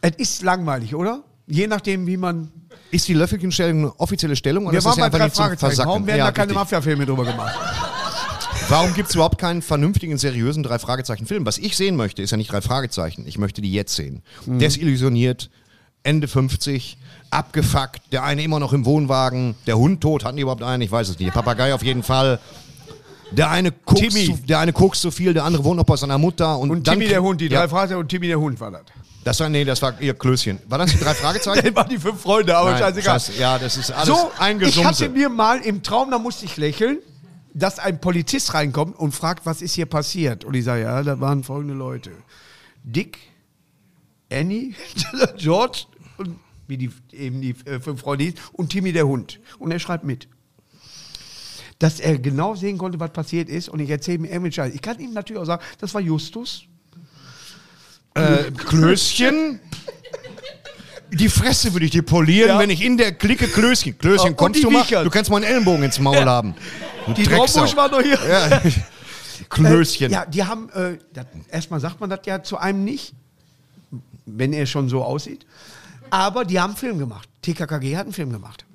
Speaker 2: Es ist langweilig, oder? je nachdem, wie man.
Speaker 3: Ist die Löffelchen-Stellung eine offizielle Stellung oder
Speaker 2: Wir
Speaker 3: ist das
Speaker 2: waren
Speaker 3: ja
Speaker 2: bei
Speaker 3: einfach
Speaker 2: drei
Speaker 3: nicht zum
Speaker 2: Fragezeichen. Warum
Speaker 3: Versacken?
Speaker 2: werden
Speaker 3: ja,
Speaker 2: da keine
Speaker 3: richtig.
Speaker 2: Mafia-Filme drüber gemacht?
Speaker 3: Warum gibt es überhaupt keinen vernünftigen, seriösen Drei-Fragezeichen-Film? Was ich sehen möchte, ist ja nicht Drei-Fragezeichen. Ich möchte die jetzt sehen.
Speaker 2: Mhm.
Speaker 3: Desillusioniert, Ende 50, abgefuckt, der eine immer noch im Wohnwagen, der Hund tot, hatten die überhaupt einen? Ich weiß es nicht. Der Papagei auf jeden Fall. Der eine kokst,
Speaker 2: Timmy.
Speaker 3: zu, der eine kokst zu viel, der andere wohnt noch bei seiner Mutter. Und,
Speaker 2: Und
Speaker 3: dann
Speaker 2: Timmy der Hund, die
Speaker 3: ja,
Speaker 2: drei Fragezeichen und Timmy der Hund war das.
Speaker 3: Das war, nee, das war ihr Klößchen. War das die Drei-Fragezeichen?
Speaker 2: Das waren die fünf Freunde, aber
Speaker 3: Nein,
Speaker 2: Oh, scheißegal.
Speaker 3: scheiße. Ja, das ist alles
Speaker 2: So, ich
Speaker 3: eingesummt.
Speaker 2: hatte mir mal im Traum, da musste ich lächeln, dass ein Polizist reinkommt und fragt, was ist hier passiert? Und ich sage, ja, da waren folgende Leute. Dick, Annie, George und wie die, eben die äh, fünf Freunde hießen, und Timmy der Hund. Und er schreibt mit. Dass er genau sehen konnte, was passiert ist und ich erzähle mir irgendwie Scheiße. Ich kann ihm natürlich auch sagen, das war Justus.
Speaker 3: äh, Klößchen. Die Fresse würde ich dir polieren,
Speaker 2: Ja. Oh,
Speaker 3: wenn ich in der Clique Klößchen. Klößchen,
Speaker 2: Und
Speaker 3: kommst
Speaker 2: die
Speaker 3: du mal?
Speaker 2: Wichert.
Speaker 3: Du kannst mal einen Ellenbogen ins Maul haben. Du
Speaker 2: Die
Speaker 3: Drecksau.
Speaker 2: Dornbusch war doch hier.
Speaker 3: ja. Klößchen.
Speaker 2: Äh, ja, die haben, äh, das, erstmal sagt man das ja zu einem nicht, wenn er schon so aussieht. Aber die haben einen Film gemacht. TKKG hat einen Film gemacht.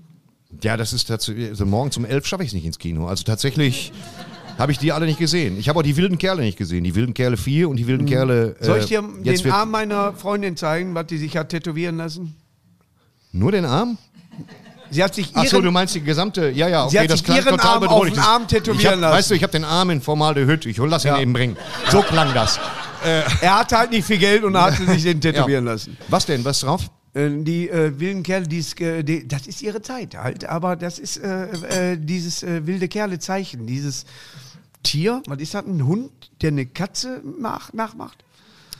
Speaker 3: Ja, das ist tatsächlich. Also morgen zum 11 schaffe ich es nicht ins Kino. Also tatsächlich habe ich die alle nicht gesehen. Ich habe auch die wilden Kerle nicht gesehen. Die wilden Kerle 4 und die wilden Kerle. Äh,
Speaker 2: Hm. Soll ich dir
Speaker 3: jetzt
Speaker 2: den
Speaker 3: wird-
Speaker 2: Arm meiner Freundin zeigen, was die sich hat tätowieren lassen?
Speaker 3: Nur den Arm?
Speaker 2: Sie hat sich ihren,
Speaker 3: Achso, du meinst die gesamte. Ja, ja, okay,
Speaker 2: hat
Speaker 3: das
Speaker 2: sich
Speaker 3: klang
Speaker 2: ihren
Speaker 3: total
Speaker 2: Arm auf
Speaker 3: bedrohlich.
Speaker 2: den Arm
Speaker 3: Ich
Speaker 2: tätowieren
Speaker 3: hab,
Speaker 2: lassen.
Speaker 3: Weißt du, ich habe den Arm in Formaldehyd. Ich lass ihn
Speaker 2: Ja.
Speaker 3: eben bringen. So klang das.
Speaker 2: er hatte halt nicht viel Geld und hat sie sich den tätowieren
Speaker 3: Ja.
Speaker 2: lassen.
Speaker 3: Was denn? Was drauf?
Speaker 2: Äh, Die äh, wilden Kerle, die ist, äh, die, das ist ihre Zeit halt, aber das ist äh, äh, dieses äh, wilde Kerle-Zeichen, dieses Tier, was ist das, ein Hund, der eine Katze nach, nachmacht?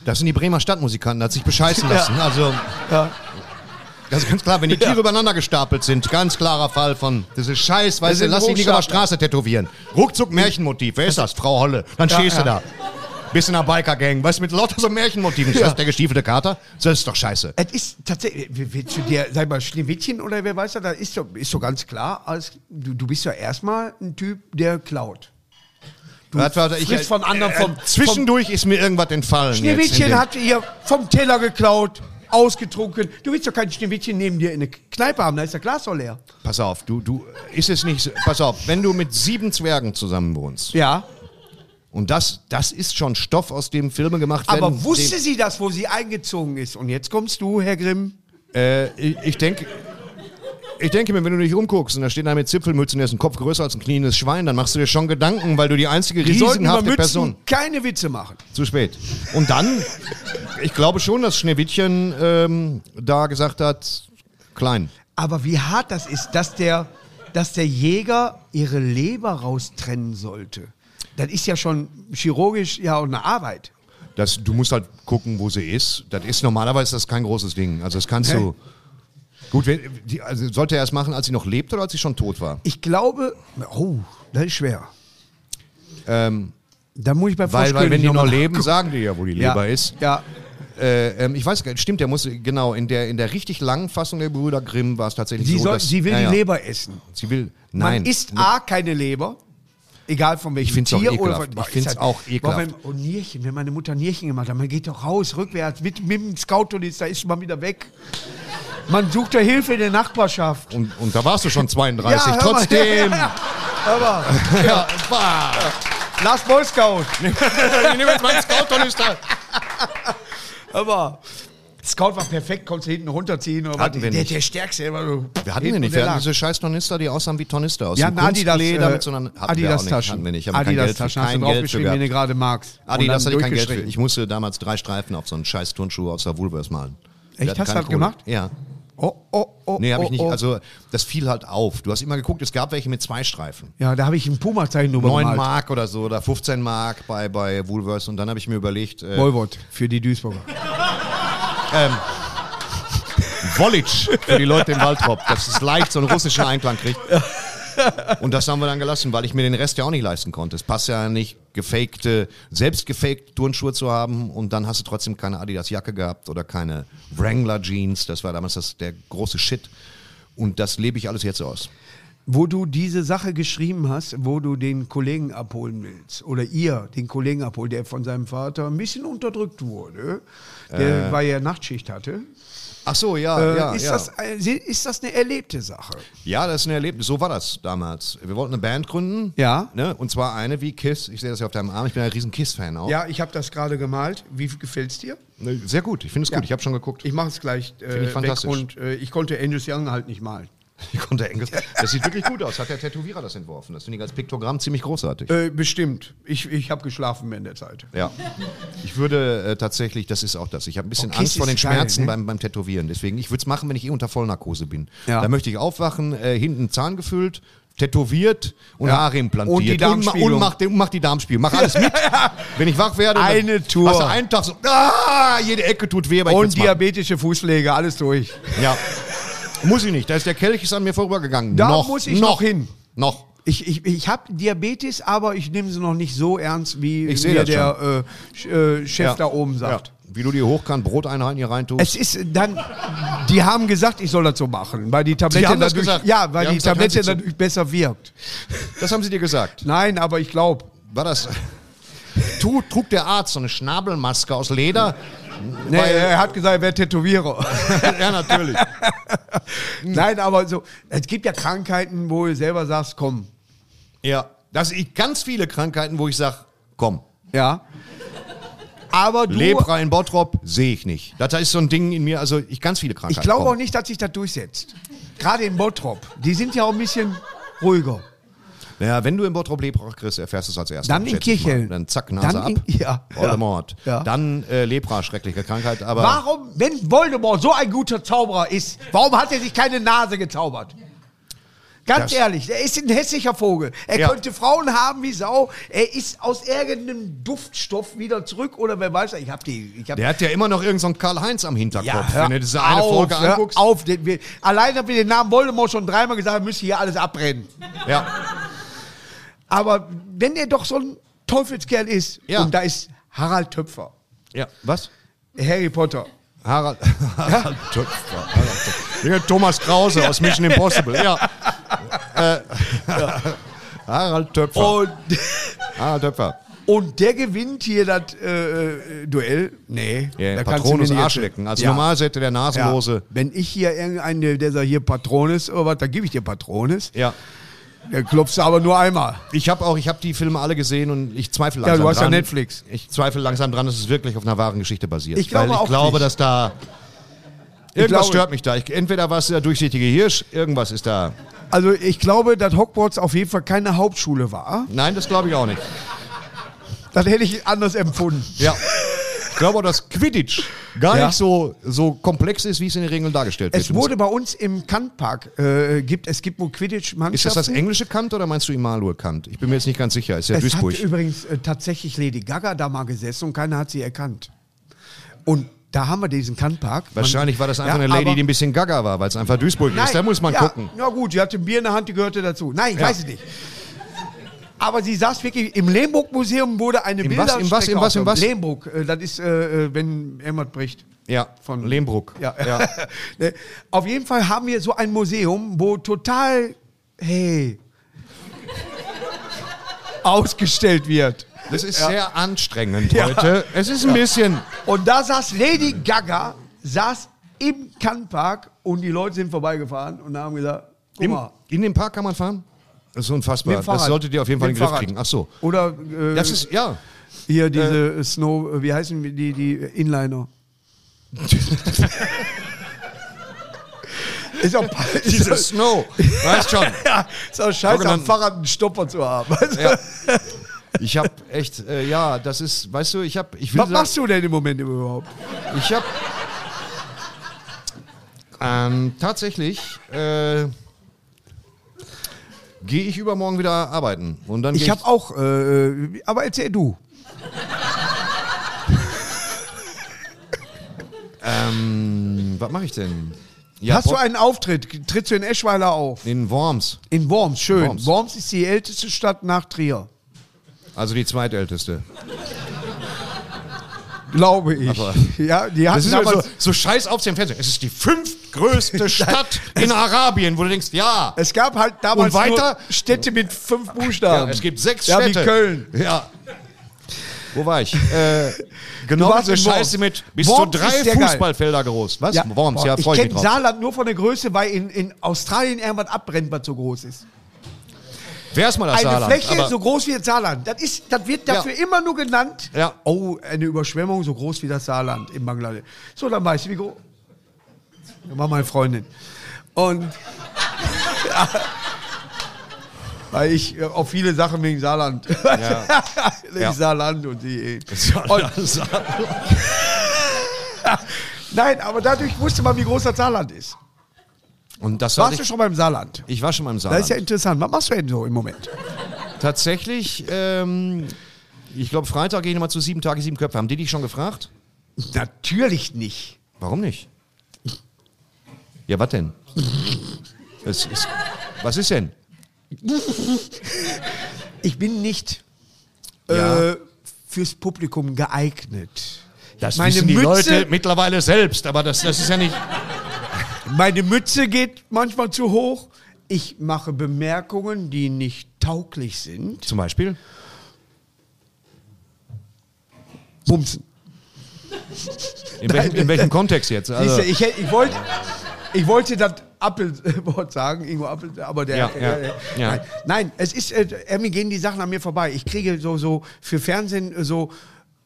Speaker 3: Das sind die Bremer Stadtmusikanten, hat sich bescheißen lassen. Also,
Speaker 2: Ja.
Speaker 3: das ist ganz klar, wenn die Tiere übereinander gestapelt sind, ganz klarer Fall von, das ist scheiß, weißt du,
Speaker 2: sind
Speaker 3: lass dich nicht auf der
Speaker 2: Hochstapler.
Speaker 3: Straße tätowieren. Ruckzuck Märchenmotiv, wer ist das? Frau Holle. Dann
Speaker 2: Ja,
Speaker 3: stehst du
Speaker 2: ja.
Speaker 3: da. Bist in einer Biker-Gang, weißt du, mit lauter so Märchenmotiven. Ist
Speaker 2: Ja.
Speaker 3: das der gestiefelte Kater? Das ist doch scheiße.
Speaker 2: Es ist tatsächlich, w- willst du dir, sag mal, Schneewittchen oder wer weiß das, da ist so, ist so ganz klar, als, du, du bist ja erstmal ein Typ, der klaut. Du
Speaker 3: Warte, warte, ich- Äh,
Speaker 2: frisst von anderen vom, vom
Speaker 3: Zwischendurch ist mir irgendwas entfallen. jetzt in
Speaker 2: Schneewittchen
Speaker 3: dem-
Speaker 2: hat ihr vom Teller geklaut, ausgetrunken. Du willst doch kein Schneewittchen neben dir in eine Kneipe haben, da ist der Glas doch leer.
Speaker 3: Pass auf, du, du, ist es nicht so, pass auf, wenn du mit sieben Zwergen zusammen wohnst,
Speaker 2: Ja.
Speaker 3: und das, das ist schon Stoff, aus dem Filme gemacht werden.
Speaker 2: Aber
Speaker 3: den-
Speaker 2: wusste sie das, wo sie eingezogen ist? Und jetzt kommst du, Herr Grimm.
Speaker 3: Äh, ich, ich denke. Ich denke mir, wenn du dich umguckst und da steht einer mit Zipfelmützen, der ist ein Kopf größer als ein knieendes Schwein, dann machst du dir schon Gedanken, weil du die einzige
Speaker 2: Die sollten über
Speaker 3: riesenhafte
Speaker 2: Mützen
Speaker 3: Person.
Speaker 2: keine Witze machen.
Speaker 3: Zu spät. Und dann, ich glaube schon, dass Schneewittchen ähm, da gesagt hat, klein.
Speaker 2: Aber wie hart das ist, dass der, dass der Jäger ihre Leber raustrennen sollte. Das ist ja schon chirurgisch ja auch eine Arbeit.
Speaker 3: Das, du musst halt gucken, wo sie ist. Das ist normalerweise das ist kein großes Ding. Also das kannst du. Gut, wenn, die, also sollte er es machen, als sie noch lebt oder als sie schon tot war?
Speaker 2: Ich glaube, oh, das ist schwer. da muss ich bei
Speaker 3: Ähm, Weil, weil
Speaker 2: Froschkönig
Speaker 3: wenn die noch
Speaker 2: mal-
Speaker 3: leben, sagen die ja, wo die
Speaker 2: ja,
Speaker 3: Leber ist.
Speaker 2: Ja,
Speaker 3: Äh, ähm, ich weiß gar nicht, stimmt, der muss, genau, in der, in der richtig langen Fassung der Brüder Grimm war es tatsächlich
Speaker 2: sie,
Speaker 3: so,
Speaker 2: soll,
Speaker 3: dass...
Speaker 2: sie will
Speaker 3: ja, ja.
Speaker 2: die Leber essen.
Speaker 3: Sie will,
Speaker 2: Man
Speaker 3: nein.
Speaker 2: isst A, keine Leber. Egal von welchem
Speaker 3: find's auch
Speaker 2: Tier
Speaker 3: ekelhaft.
Speaker 2: oder von,
Speaker 3: Ich
Speaker 2: Boah, ist halt
Speaker 3: find's auch ekelhaft.
Speaker 2: Boah, Wenn, und Oh, Nierchen, wenn meine Mutter Nierchen gemacht hat, man geht doch raus, rückwärts, mit, mit dem Scout und ist, da ist man wieder weg. Man sucht ja Hilfe in der Nachbarschaft.
Speaker 3: Und, und da warst du schon 32,
Speaker 2: hör mal,
Speaker 3: trotzdem.
Speaker 2: ja, ja, ja. Aber
Speaker 3: Ja, bah.
Speaker 2: Lars Boy Scout.
Speaker 3: Ich nehme jetzt meinen Scout und ist da.
Speaker 2: Aber Scout war perfekt, konntest du hinten runterziehen. Oder
Speaker 3: Hatten
Speaker 2: was?
Speaker 3: wir
Speaker 2: der,
Speaker 3: nicht.
Speaker 2: der Stärkste. Der war so
Speaker 3: Wir hatten
Speaker 2: hinten
Speaker 3: wir nicht,
Speaker 2: der
Speaker 3: wir hatten
Speaker 2: lag.
Speaker 3: diese scheiß Tornister, die aussahen wie Tornister aus
Speaker 2: Wir
Speaker 3: dem
Speaker 2: hatten
Speaker 3: Kunstleder mit
Speaker 2: Adidas,
Speaker 3: so
Speaker 2: äh,
Speaker 3: einer... hatten wir auch
Speaker 2: Adidas
Speaker 3: nicht,
Speaker 2: Taschen.
Speaker 3: hatten wir nicht, ich habe kein
Speaker 2: Adidas
Speaker 3: Geld für,
Speaker 2: Taschen hast
Speaker 3: kein
Speaker 2: du
Speaker 3: Geld für
Speaker 2: draufgeschrieben,
Speaker 3: gehabt.
Speaker 2: wenn du gerade magst. Und
Speaker 3: Adidas
Speaker 2: dann
Speaker 3: hatte ich kein Geld für.
Speaker 2: durchgeschrieben.
Speaker 3: Ich musste damals drei Streifen auf so einen scheiß Turnschuh aus der Woolworths malen.
Speaker 2: Echt?
Speaker 3: Wir hatten
Speaker 2: Hast du
Speaker 3: keine
Speaker 2: das gemacht?
Speaker 3: Ja.
Speaker 2: Oh, oh, oh,
Speaker 3: Nee, habe
Speaker 2: oh,
Speaker 3: ich nicht.
Speaker 2: oh.
Speaker 3: Also, das fiel halt auf. Du hast immer geguckt, es gab welche mit zwei Streifen.
Speaker 2: ja, da habe ich ein Puma-Zeichen drüber
Speaker 3: 9
Speaker 2: gemalt.
Speaker 3: Mark oder so oder 15 Mark bei, bei Woolworths und dann habe ich mir überlegt, äh,
Speaker 2: Boywort für die Duisburger.
Speaker 3: Wollitsch für die Leute im Waldrop, dass es leicht so einen russischen Einklang kriegt. Und das haben wir dann gelassen, weil ich mir den Rest ja auch nicht leisten konnte. Es passt ja nicht, gefakte, selbst gefakte Turnschuhe zu haben und dann hast du trotzdem keine Adidas-Jacke gehabt oder keine Wrangler-Jeans. Das war damals das, der große Shit. Und das lebe ich alles jetzt aus.
Speaker 2: Wo du diese Sache geschrieben hast, wo du den Kollegen abholen willst, oder ihr den Kollegen abholt, der von seinem Vater ein bisschen unterdrückt wurde, der, weil er Nachtschicht hatte.
Speaker 3: Ach so, ja,
Speaker 2: Äh,
Speaker 3: ja.
Speaker 2: ist,
Speaker 3: Äh. ja.
Speaker 2: Das, äh, se- ist das eine erlebte Sache?
Speaker 3: Ja, das ist ein Erlebnis. So war das damals. Wir wollten eine Band gründen.
Speaker 2: Ja.
Speaker 3: Ne? Und zwar eine wie Kiss. Ich sehe das ja auf deinem Arm. Ich bin ja ein riesen Kiss-Fan auch.
Speaker 2: Ja, ich habe das gerade gemalt. Wie gefällt es dir?
Speaker 3: Ne, Sehr gut. Ich finde es gut. Ich habe schon geguckt.
Speaker 2: Ich mache es gleich äh,
Speaker 3: ich
Speaker 2: weg
Speaker 3: fantastisch.
Speaker 2: und äh, ich konnte Angus Young halt nicht malen.
Speaker 3: Ich konnte Engels. Das sieht wirklich gut aus. Hat der Tätowierer das entworfen. Das finde ich als Piktogramm ziemlich großartig.
Speaker 2: Äh, bestimmt. Ich, ich habe geschlafen mehr in der Zeit.
Speaker 3: Ja. Ich würde äh, tatsächlich, das ist auch das. Ich habe ein bisschen
Speaker 2: Oh, Kiss
Speaker 3: Angst vor den
Speaker 2: ist geil,
Speaker 3: Schmerzen
Speaker 2: ne?
Speaker 3: beim, beim Tätowieren. Deswegen, ich würde es machen, wenn ich eh unter Vollnarkose bin.
Speaker 2: Ja.
Speaker 3: Da möchte ich aufwachen, äh, hinten Zahn gefüllt, tätowiert und
Speaker 2: Ja.
Speaker 3: Haare implantiert.
Speaker 2: Und die
Speaker 3: ma- Und,
Speaker 2: Darmspiegelung.
Speaker 3: mach, den- mach die Darmspiel. Mach alles mit. Wenn ich wach werde,
Speaker 2: Eine
Speaker 3: dann
Speaker 2: Tour.
Speaker 3: Hast du einen Tag so, ah, jede Ecke tut weh, aber ich
Speaker 2: Und
Speaker 3: will's machen.
Speaker 2: diabetische Fußpflege, alles durch.
Speaker 3: Ja. Muss ich nicht. Da ist der Kelch ist an mir vorübergegangen.
Speaker 2: Da
Speaker 3: noch,
Speaker 2: muss ich noch hin.
Speaker 3: Noch.
Speaker 2: Ich, ich, ich habe Diabetes, aber ich nehme sie noch nicht so ernst, wie
Speaker 3: Ich seh das
Speaker 2: mir der äh, Sch- äh, Chef da oben sagt.
Speaker 3: Ja. Wie du dir hochkant Broteinheiten hier reintust.
Speaker 2: Es ist dann, die haben gesagt, ich soll das so machen, weil die Tablette
Speaker 3: haben das
Speaker 2: dadurch,
Speaker 3: gesagt?
Speaker 2: ja, weil
Speaker 3: Die haben
Speaker 2: die,
Speaker 3: gesagt, hören Sie
Speaker 2: Tablette
Speaker 3: zu.
Speaker 2: dadurch besser wirkt.
Speaker 3: das haben sie dir gesagt.
Speaker 2: Nein, aber ich glaube,
Speaker 3: War das. Tu, trug der Arzt so eine Schnabelmaske aus Leder?
Speaker 2: nee, er hat gesagt, er wäre Tätowierer.
Speaker 3: ja, natürlich.
Speaker 2: Nein, aber so, es gibt ja Krankheiten, wo du selber sagst, komm,
Speaker 3: Ja. Das ich ganz viele Krankheiten, wo ich sage, komm.
Speaker 2: ja. Aber du,
Speaker 3: Lepra in Bottrop sehe ich nicht. Das ist so ein Ding in mir, also ich ganz viele
Speaker 2: ich
Speaker 3: Krankheiten.
Speaker 2: glaube auch
Speaker 3: komm.
Speaker 2: nicht, dass sich das durchsetzt. Gerade in Bottrop, die sind ja auch ein bisschen ruhiger.
Speaker 3: Ja, wenn du in Bottrop Lepra kriegst, erfährst du es als erstes.
Speaker 2: Dann in
Speaker 3: schätze ich mal.
Speaker 2: Kirchhellen.
Speaker 3: Dann zack, Nase
Speaker 2: Dann in-
Speaker 3: ab.
Speaker 2: ja.
Speaker 3: Voldemort.
Speaker 2: Ja.
Speaker 3: Dann äh, Lepra, schreckliche Krankheit. Aber
Speaker 2: Warum, wenn Voldemort so ein guter Zauberer ist, warum hat er sich keine Nase gezaubert? Ganz
Speaker 3: Das-
Speaker 2: ehrlich, er ist ein hässlicher Vogel. Er
Speaker 3: Ja.
Speaker 2: könnte Frauen haben wie Sau. Er ist aus irgendeinem Duftstoff wieder zurück oder wer weiß, ich habe die. Ich hab
Speaker 3: der hat ja immer noch irgendeinen so einen Karl-Heinz am Hinterkopf. wenn du diese eine
Speaker 2: auf,
Speaker 3: Folge
Speaker 2: hör
Speaker 3: anguckst.
Speaker 2: Auf, den, wir, allein, dass wir den Namen Voldemort schon dreimal gesagt haben, müsst ihr hier alles abbrennen.
Speaker 3: Ja.
Speaker 2: Aber wenn er doch so ein Teufelskerl ist,
Speaker 3: Ja.
Speaker 2: und da ist Harald Töpfer,
Speaker 3: ja. Was?
Speaker 2: Harry Potter.
Speaker 3: Harald, Harald Töpfer. Harald Töpfer. Junge, Thomas Krause aus Mission Impossible. Ja. Äh, Harald Töpfer.
Speaker 2: Und.
Speaker 3: Harald Töpfer.
Speaker 2: Und der gewinnt hier das äh, äh, Duell? Nee.
Speaker 3: Yeah,
Speaker 2: da kannst du mir
Speaker 3: Patronus
Speaker 2: nicht
Speaker 3: Arschlecken.
Speaker 2: erzählen.
Speaker 3: Also
Speaker 2: Ja,
Speaker 3: normal hätte der
Speaker 2: ja.
Speaker 3: Nasenlose.
Speaker 2: Wenn ich hier irgendeinen, der sagt, hier Patrones oder was, dann gebe ich dir Patrones.
Speaker 3: Ja.
Speaker 2: Dann klopfst du aber nur einmal.
Speaker 3: Ich habe auch, ich habe die Filme alle gesehen und ich zweifle langsam
Speaker 2: du hast ja
Speaker 3: dran.
Speaker 2: Netflix.
Speaker 3: Ich zweifle langsam dran, dass es wirklich auf einer wahren Geschichte basiert.
Speaker 2: Ich glaube
Speaker 3: Weil ich
Speaker 2: auch
Speaker 3: glaube,
Speaker 2: nicht.
Speaker 3: dass da irgendwas
Speaker 2: glaube-
Speaker 3: stört mich da. Ich, entweder war es der durchsichtige Hirsch, irgendwas ist da.
Speaker 2: Also ich glaube, dass Hogwarts auf jeden Fall keine Hauptschule war.
Speaker 3: Nein, das glaube ich auch nicht.
Speaker 2: Das hätte ich anders empfunden.
Speaker 3: Ja. Ich glaube auch, dass Quidditch gar
Speaker 2: Ja.
Speaker 3: nicht so, so komplex ist, wie es in den Regeln dargestellt wird.
Speaker 2: Es
Speaker 3: Du musst-
Speaker 2: wurde bei uns im Kantpark, äh, gibt, es gibt wohl Quidditch-Mannschaften.
Speaker 3: ist das das englische Kant oder meinst du Imalur Kant? Ich bin mir jetzt nicht ganz sicher. Ist ja
Speaker 2: Es hat
Speaker 3: Duisburg.
Speaker 2: übrigens äh, tatsächlich Lady Gaga da mal gesessen und keiner hat sie erkannt. Und da haben wir diesen Kantpark. Man-
Speaker 3: Wahrscheinlich war das einfach
Speaker 2: Ja,
Speaker 3: eine Lady,
Speaker 2: aber-
Speaker 3: die ein bisschen gaga war, weil es einfach Duisburg ist. Da muss man
Speaker 2: ja,
Speaker 3: gucken.
Speaker 2: Na gut, sie hatte ein Bier in der Hand, die gehörte dazu. Nein, ich
Speaker 3: Ja.
Speaker 2: weiß es nicht. Aber sie saß wirklich im Lehmburg-Museum wurde eine
Speaker 3: Im was,
Speaker 2: Bilder.
Speaker 3: im was, im was, im was?
Speaker 2: Lehmburg, äh, das ist, äh, äh, wenn irgendwas bricht.
Speaker 3: Ja, von
Speaker 2: Von-
Speaker 3: Lehmbruck.
Speaker 2: Ja. Ne? Auf jeden Fall haben wir so ein Museum, wo total, hey, ausgestellt wird.
Speaker 3: Das ist sehr anstrengend heute. Es ist ein bisschen.
Speaker 2: Und da saß Lady Gaga, saß im Kannpark und die Leute sind vorbeigefahren und haben gesagt, guck
Speaker 3: Im,
Speaker 2: mal.
Speaker 3: in den Park kann man fahren? Das ist unfassbar.
Speaker 2: Mit
Speaker 3: Das
Speaker 2: dem Fahrrad.
Speaker 3: solltet ihr auf jeden Fall in
Speaker 2: Mit
Speaker 3: den
Speaker 2: dem
Speaker 3: Griff
Speaker 2: Fahrrad.
Speaker 3: kriegen. Ach so.
Speaker 2: Oder äh,
Speaker 3: Das ist, äh, ja.
Speaker 2: hier diese Snow, wie heißen wir die, die Inliner? ist auch, ist
Speaker 3: Diese
Speaker 2: auch,
Speaker 3: Snow. Weißt schon.
Speaker 2: ja, ist auch scheiße, am
Speaker 3: Sogenannten-
Speaker 2: Fahrrad einen Stopper zu haben. Also,
Speaker 3: Ja. Ich habe echt, äh, ja, das ist, weißt du, ich habe, ich will
Speaker 2: Was
Speaker 3: sagen,
Speaker 2: machst du denn im Moment überhaupt?
Speaker 3: ich habe ähm, tatsächlich äh, gehe ich übermorgen wieder arbeiten und dann
Speaker 2: Ich
Speaker 3: geh
Speaker 2: habe auch, äh, aber erzähl du.
Speaker 3: ähm, was mache ich denn? Ja,
Speaker 2: Hast du
Speaker 3: Pod-
Speaker 2: einen Auftritt? Trittst du in Eschweiler auf?
Speaker 3: in Worms,
Speaker 2: In Worms, schön.
Speaker 3: Worms.
Speaker 2: Worms, ist die älteste Stadt nach Trier.
Speaker 3: also die zweitälteste.
Speaker 2: Glaube ich.
Speaker 3: Aber-
Speaker 2: ja, die hatten
Speaker 3: Das ist so,
Speaker 2: damals,
Speaker 3: so scheiß auf dem Fernsehen. Es ist die fünftgrößte Stadt in Arabien, wo du denkst, ja.
Speaker 2: Es gab halt damals
Speaker 3: Und weiter?
Speaker 2: nur Städte mit fünf Buchstaben.
Speaker 3: es gibt sechs
Speaker 2: ja,
Speaker 3: Städte.
Speaker 2: wie Köln.
Speaker 3: Ja. Wo war ich? Äh, genau
Speaker 2: warst
Speaker 3: diese
Speaker 2: in Worms.
Speaker 3: Scheiße mit bis
Speaker 2: Worms
Speaker 3: zu drei
Speaker 2: ist sehr geil.
Speaker 3: Fußballfelder groß. Was? Worms, ja,
Speaker 2: ich
Speaker 3: freue ich mich
Speaker 2: kenne
Speaker 3: drauf.
Speaker 2: Saarland nur von der Größe, weil in, in Australien irgendwas abbrennt, was so groß ist.
Speaker 3: Wer ist mal das
Speaker 2: Eine
Speaker 3: Saarland?
Speaker 2: Fläche
Speaker 3: Aber-
Speaker 2: so groß wie das Saarland. Das, ist, das wird
Speaker 3: Ja.
Speaker 2: dafür immer nur genannt.
Speaker 3: Ja.
Speaker 2: Oh, eine Überschwemmung so groß wie das Saarland in Bangladesch. So, dann weiß ich, wie groß. Das war meine Freundin. Und. Weil ich äh, auf viele Sachen wegen Saarland.
Speaker 3: Ja.
Speaker 2: wegen
Speaker 3: Ja.
Speaker 2: Saarland und die. äh.
Speaker 3: Saarland, Saarland.
Speaker 2: Nein, aber dadurch wusste man, wie groß das Saarland ist.
Speaker 3: Und das hatte
Speaker 2: Warst du
Speaker 3: ich,
Speaker 2: schon beim Saarland?
Speaker 3: ich war schon mal im
Speaker 2: Das ist ja
Speaker 3: Saarland.
Speaker 2: interessant. Was machst du denn so im Moment?
Speaker 3: Tatsächlich, ähm, ich glaube, Freitag gehe ich nochmal zu sieben Tage, sieben Köpfe. Haben die dich schon gefragt?
Speaker 2: Natürlich nicht.
Speaker 3: Warum nicht? Ja, was denn? Es ist, was ist denn?
Speaker 2: Ich bin nicht
Speaker 3: Ja.
Speaker 2: äh, fürs Publikum geeignet.
Speaker 3: Das
Speaker 2: Meine
Speaker 3: wissen die
Speaker 2: Mütze-
Speaker 3: Leute mittlerweile selbst, aber das, das ist ja nicht.
Speaker 2: Meine Mütze geht manchmal zu hoch. Ich mache Bemerkungen, die nicht tauglich sind.
Speaker 3: Zum Beispiel?
Speaker 2: Bumsen.
Speaker 3: In, welchem, in welchem Kontext jetzt? Also,
Speaker 2: Siehste, ich, hätt- ich wollte ich wollte das Appelwort sagen, Ingo Appel, aber der.
Speaker 3: Ja,
Speaker 2: äh,
Speaker 3: ja,
Speaker 2: äh,
Speaker 3: ja.
Speaker 2: Nein, nein, es ist, äh, irgendwie gehen die Sachen an mir vorbei. Ich kriege so, so für Fernsehen äh, so,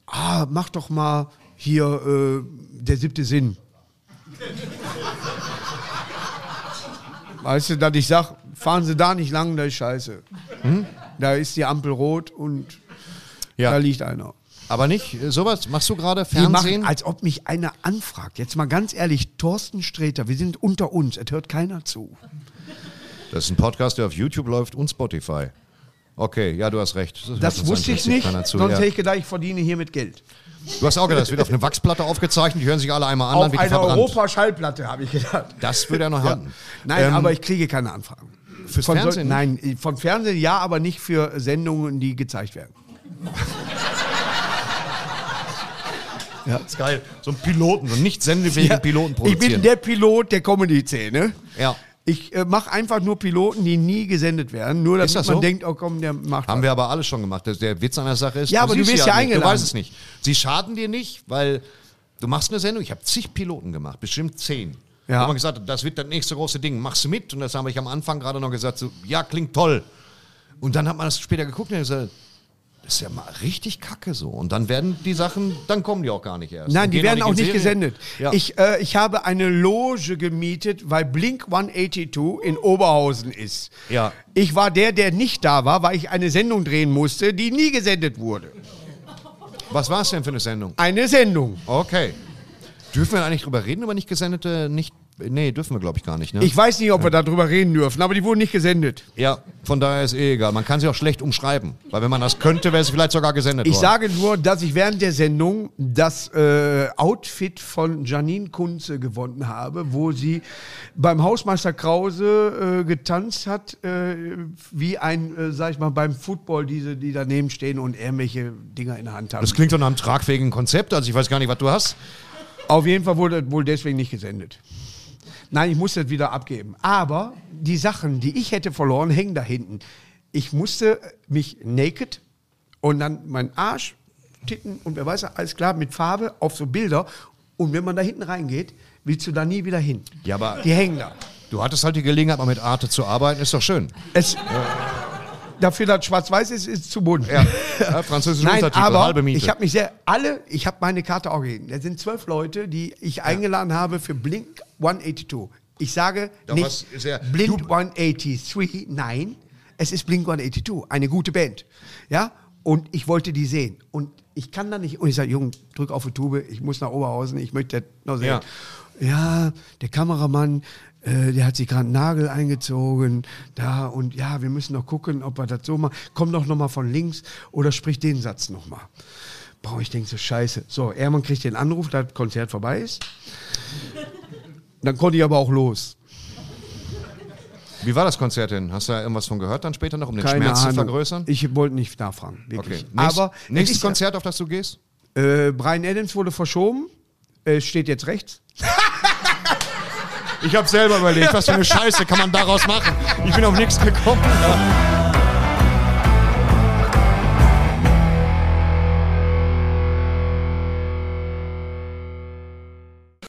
Speaker 2: ah, mach doch mal hier äh, der siebte Sinn. Weißt du, dass ich sage, fahren Sie da nicht lang, da ist scheiße. Da ist die Ampel rot und da
Speaker 3: Hm? ja.
Speaker 2: liegt einer.
Speaker 3: Aber nicht äh, sowas? Machst du gerade
Speaker 2: Die machen,
Speaker 3: Fernsehen?
Speaker 2: als ob mich einer anfragt. Jetzt mal ganz ehrlich, Thorsten Sträter, wir sind unter uns, es hört keiner zu.
Speaker 3: Das ist ein Podcast, der auf YouTube läuft und Spotify. Okay, ja, du hast recht.
Speaker 2: Das
Speaker 3: hört uns an,
Speaker 2: wusste ich
Speaker 3: interessiert
Speaker 2: nicht,
Speaker 3: keiner zu,
Speaker 2: sonst
Speaker 3: ja.
Speaker 2: hätte ich gedacht, ich verdiene hiermit Geld.
Speaker 3: Du hast auch gedacht, es wird auf eine Wachsplatte aufgezeichnet, die hören sich alle einmal an, dann
Speaker 2: Auf
Speaker 3: wird die
Speaker 2: einer
Speaker 3: verbrannt.
Speaker 2: Europaschallplatte, habe ich gedacht.
Speaker 3: Das würde er noch haben.
Speaker 2: Nein,
Speaker 3: Ähm,
Speaker 2: aber ich kriege keine Anfragen.
Speaker 3: Fürs
Speaker 2: Von
Speaker 3: Fernsehen?
Speaker 2: nein, äh, von Fernsehen ja, aber nicht für Sendungen, die gezeigt werden.
Speaker 3: Das ist geil. So ein Piloten, so ein nicht sendefähigen Piloten
Speaker 2: ich
Speaker 3: produzieren.
Speaker 2: bin der Pilot der Comedy-Szene.
Speaker 3: Ja.
Speaker 2: Ich äh, mache einfach nur Piloten, die nie gesendet werden. Nur, dass
Speaker 3: Ist das
Speaker 2: man
Speaker 3: so?
Speaker 2: denkt, oh komm, der macht
Speaker 3: Haben
Speaker 2: was.
Speaker 3: wir aber alles schon gemacht. Das- Der Witz an der Sache ist,
Speaker 2: Ja, aber du
Speaker 3: siehst
Speaker 2: wirst
Speaker 3: sie halt
Speaker 2: ja
Speaker 3: nicht, Du
Speaker 2: eingeladen.
Speaker 3: weißt es nicht. Sie schaden dir nicht, weil du machst eine Sendung. Ich habe zig Piloten gemacht, bestimmt zehn.
Speaker 2: Ja.
Speaker 3: Da haben wir gesagt, das wird das nächste große Ding. Machst du mit? Und das habe ich am Anfang gerade noch gesagt, so, ja, klingt toll. Und dann hat man das später geguckt und hat gesagt, das ist ja mal richtig kacke so. Und dann werden die Sachen, dann kommen die auch gar nicht erst.
Speaker 2: Nein,
Speaker 3: Und
Speaker 2: die
Speaker 3: gehen
Speaker 2: werden auch
Speaker 3: in
Speaker 2: nicht
Speaker 3: Serien.
Speaker 2: gesendet.
Speaker 3: Ja.
Speaker 2: Ich, äh, ich habe eine Loge gemietet, weil Blink 182 in Oberhausen ist.
Speaker 3: Ja.
Speaker 2: Ich war der, der nicht da war, weil ich eine Sendung drehen musste, die nie gesendet wurde.
Speaker 3: Was war es denn für eine Sendung?
Speaker 2: Eine Sendung.
Speaker 3: Okay. Dürfen wir eigentlich drüber reden, über nicht gesendete, nicht. Nee, dürfen wir, glaube ich, gar nicht. Ne?
Speaker 2: Ich weiß nicht, ob wir darüber reden dürfen, aber die wurden nicht gesendet.
Speaker 3: ja, von daher ist eh egal. Man kann sie auch schlecht umschreiben. Weil wenn man das könnte, wäre es vielleicht sogar gesendet
Speaker 2: Ich
Speaker 3: worden.
Speaker 2: sage nur, dass ich während der Sendung das äh, Outfit von Janine Kunze gewonnen habe, wo sie beim Hausmeister Krause äh, getanzt hat, äh, wie ein, äh, sag ich mal, beim Football, diese, die daneben stehen und irgendwelche Dinger in der Hand haben.
Speaker 3: das klingt doch nach einem tragfähigen Konzept, also ich weiß gar nicht, was du hast.
Speaker 2: Auf jeden Fall wurde das wohl deswegen nicht gesendet. Nein, ich muss das wieder abgeben. Aber die Sachen, die ich hätte verloren, hängen da hinten. Ich musste mich naked und dann meinen Arsch, Titten und wer weiß, alles klar, mit Farbe auf so Bilder. Und wenn man da hinten reingeht, willst du da nie wieder hin.
Speaker 3: Ja, aber-
Speaker 2: Die hängen da.
Speaker 3: Du hattest halt die Gelegenheit, mal mit Arte zu arbeiten, ist doch schön.
Speaker 2: Es, Dafür, dass schwarz-weiß ist, ist zu bunt.
Speaker 3: Ja, ja französische
Speaker 2: Nein,
Speaker 3: Untertitel,
Speaker 2: aber
Speaker 3: halbe Miete.
Speaker 2: ich habe mich sehr, alle, ich habe meine Karte auch gegeben. Da sind zwölf Leute, die ich eingeladen habe für Blink 182. Ich sage
Speaker 3: Da
Speaker 2: nicht
Speaker 3: was ist ja-
Speaker 2: Blink
Speaker 3: du-
Speaker 2: 183, nein, es ist Blink 182, eine gute Band. Ja, und ich wollte die sehen. Und ich kann da nicht, und ich sage, Junge, drück auf die Tube, ich muss nach Oberhausen, ich möchte das noch sehen. Ja, der Kameramann, äh, der hat sich gerade einen Nagel eingezogen, da und ja, wir müssen noch gucken, ob wir das so machen. Komm doch nochmal von links oder sprich den Satz nochmal. Boah, ich denke so, scheiße. So, Ermann kriegt den Anruf, dass das Konzert vorbei ist. Dann konnte ich aber auch los.
Speaker 3: Wie war das Konzert denn? Hast du da irgendwas von gehört dann später noch, um den
Speaker 2: Keine
Speaker 3: Schmerz
Speaker 2: Ahnung.
Speaker 3: zu vergrößern?
Speaker 2: Ich wollte nicht nachfragen, wirklich.
Speaker 3: Okay.
Speaker 2: aber
Speaker 3: Nächst-
Speaker 2: es
Speaker 3: nächstes
Speaker 2: ist ja-
Speaker 3: Konzert, auf das du gehst?
Speaker 2: Äh, Brian Adams wurde verschoben, äh, steht jetzt rechts.
Speaker 3: Ich habe selber überlegt, was für eine Scheiße kann man daraus machen. Ich bin auf nichts gekommen.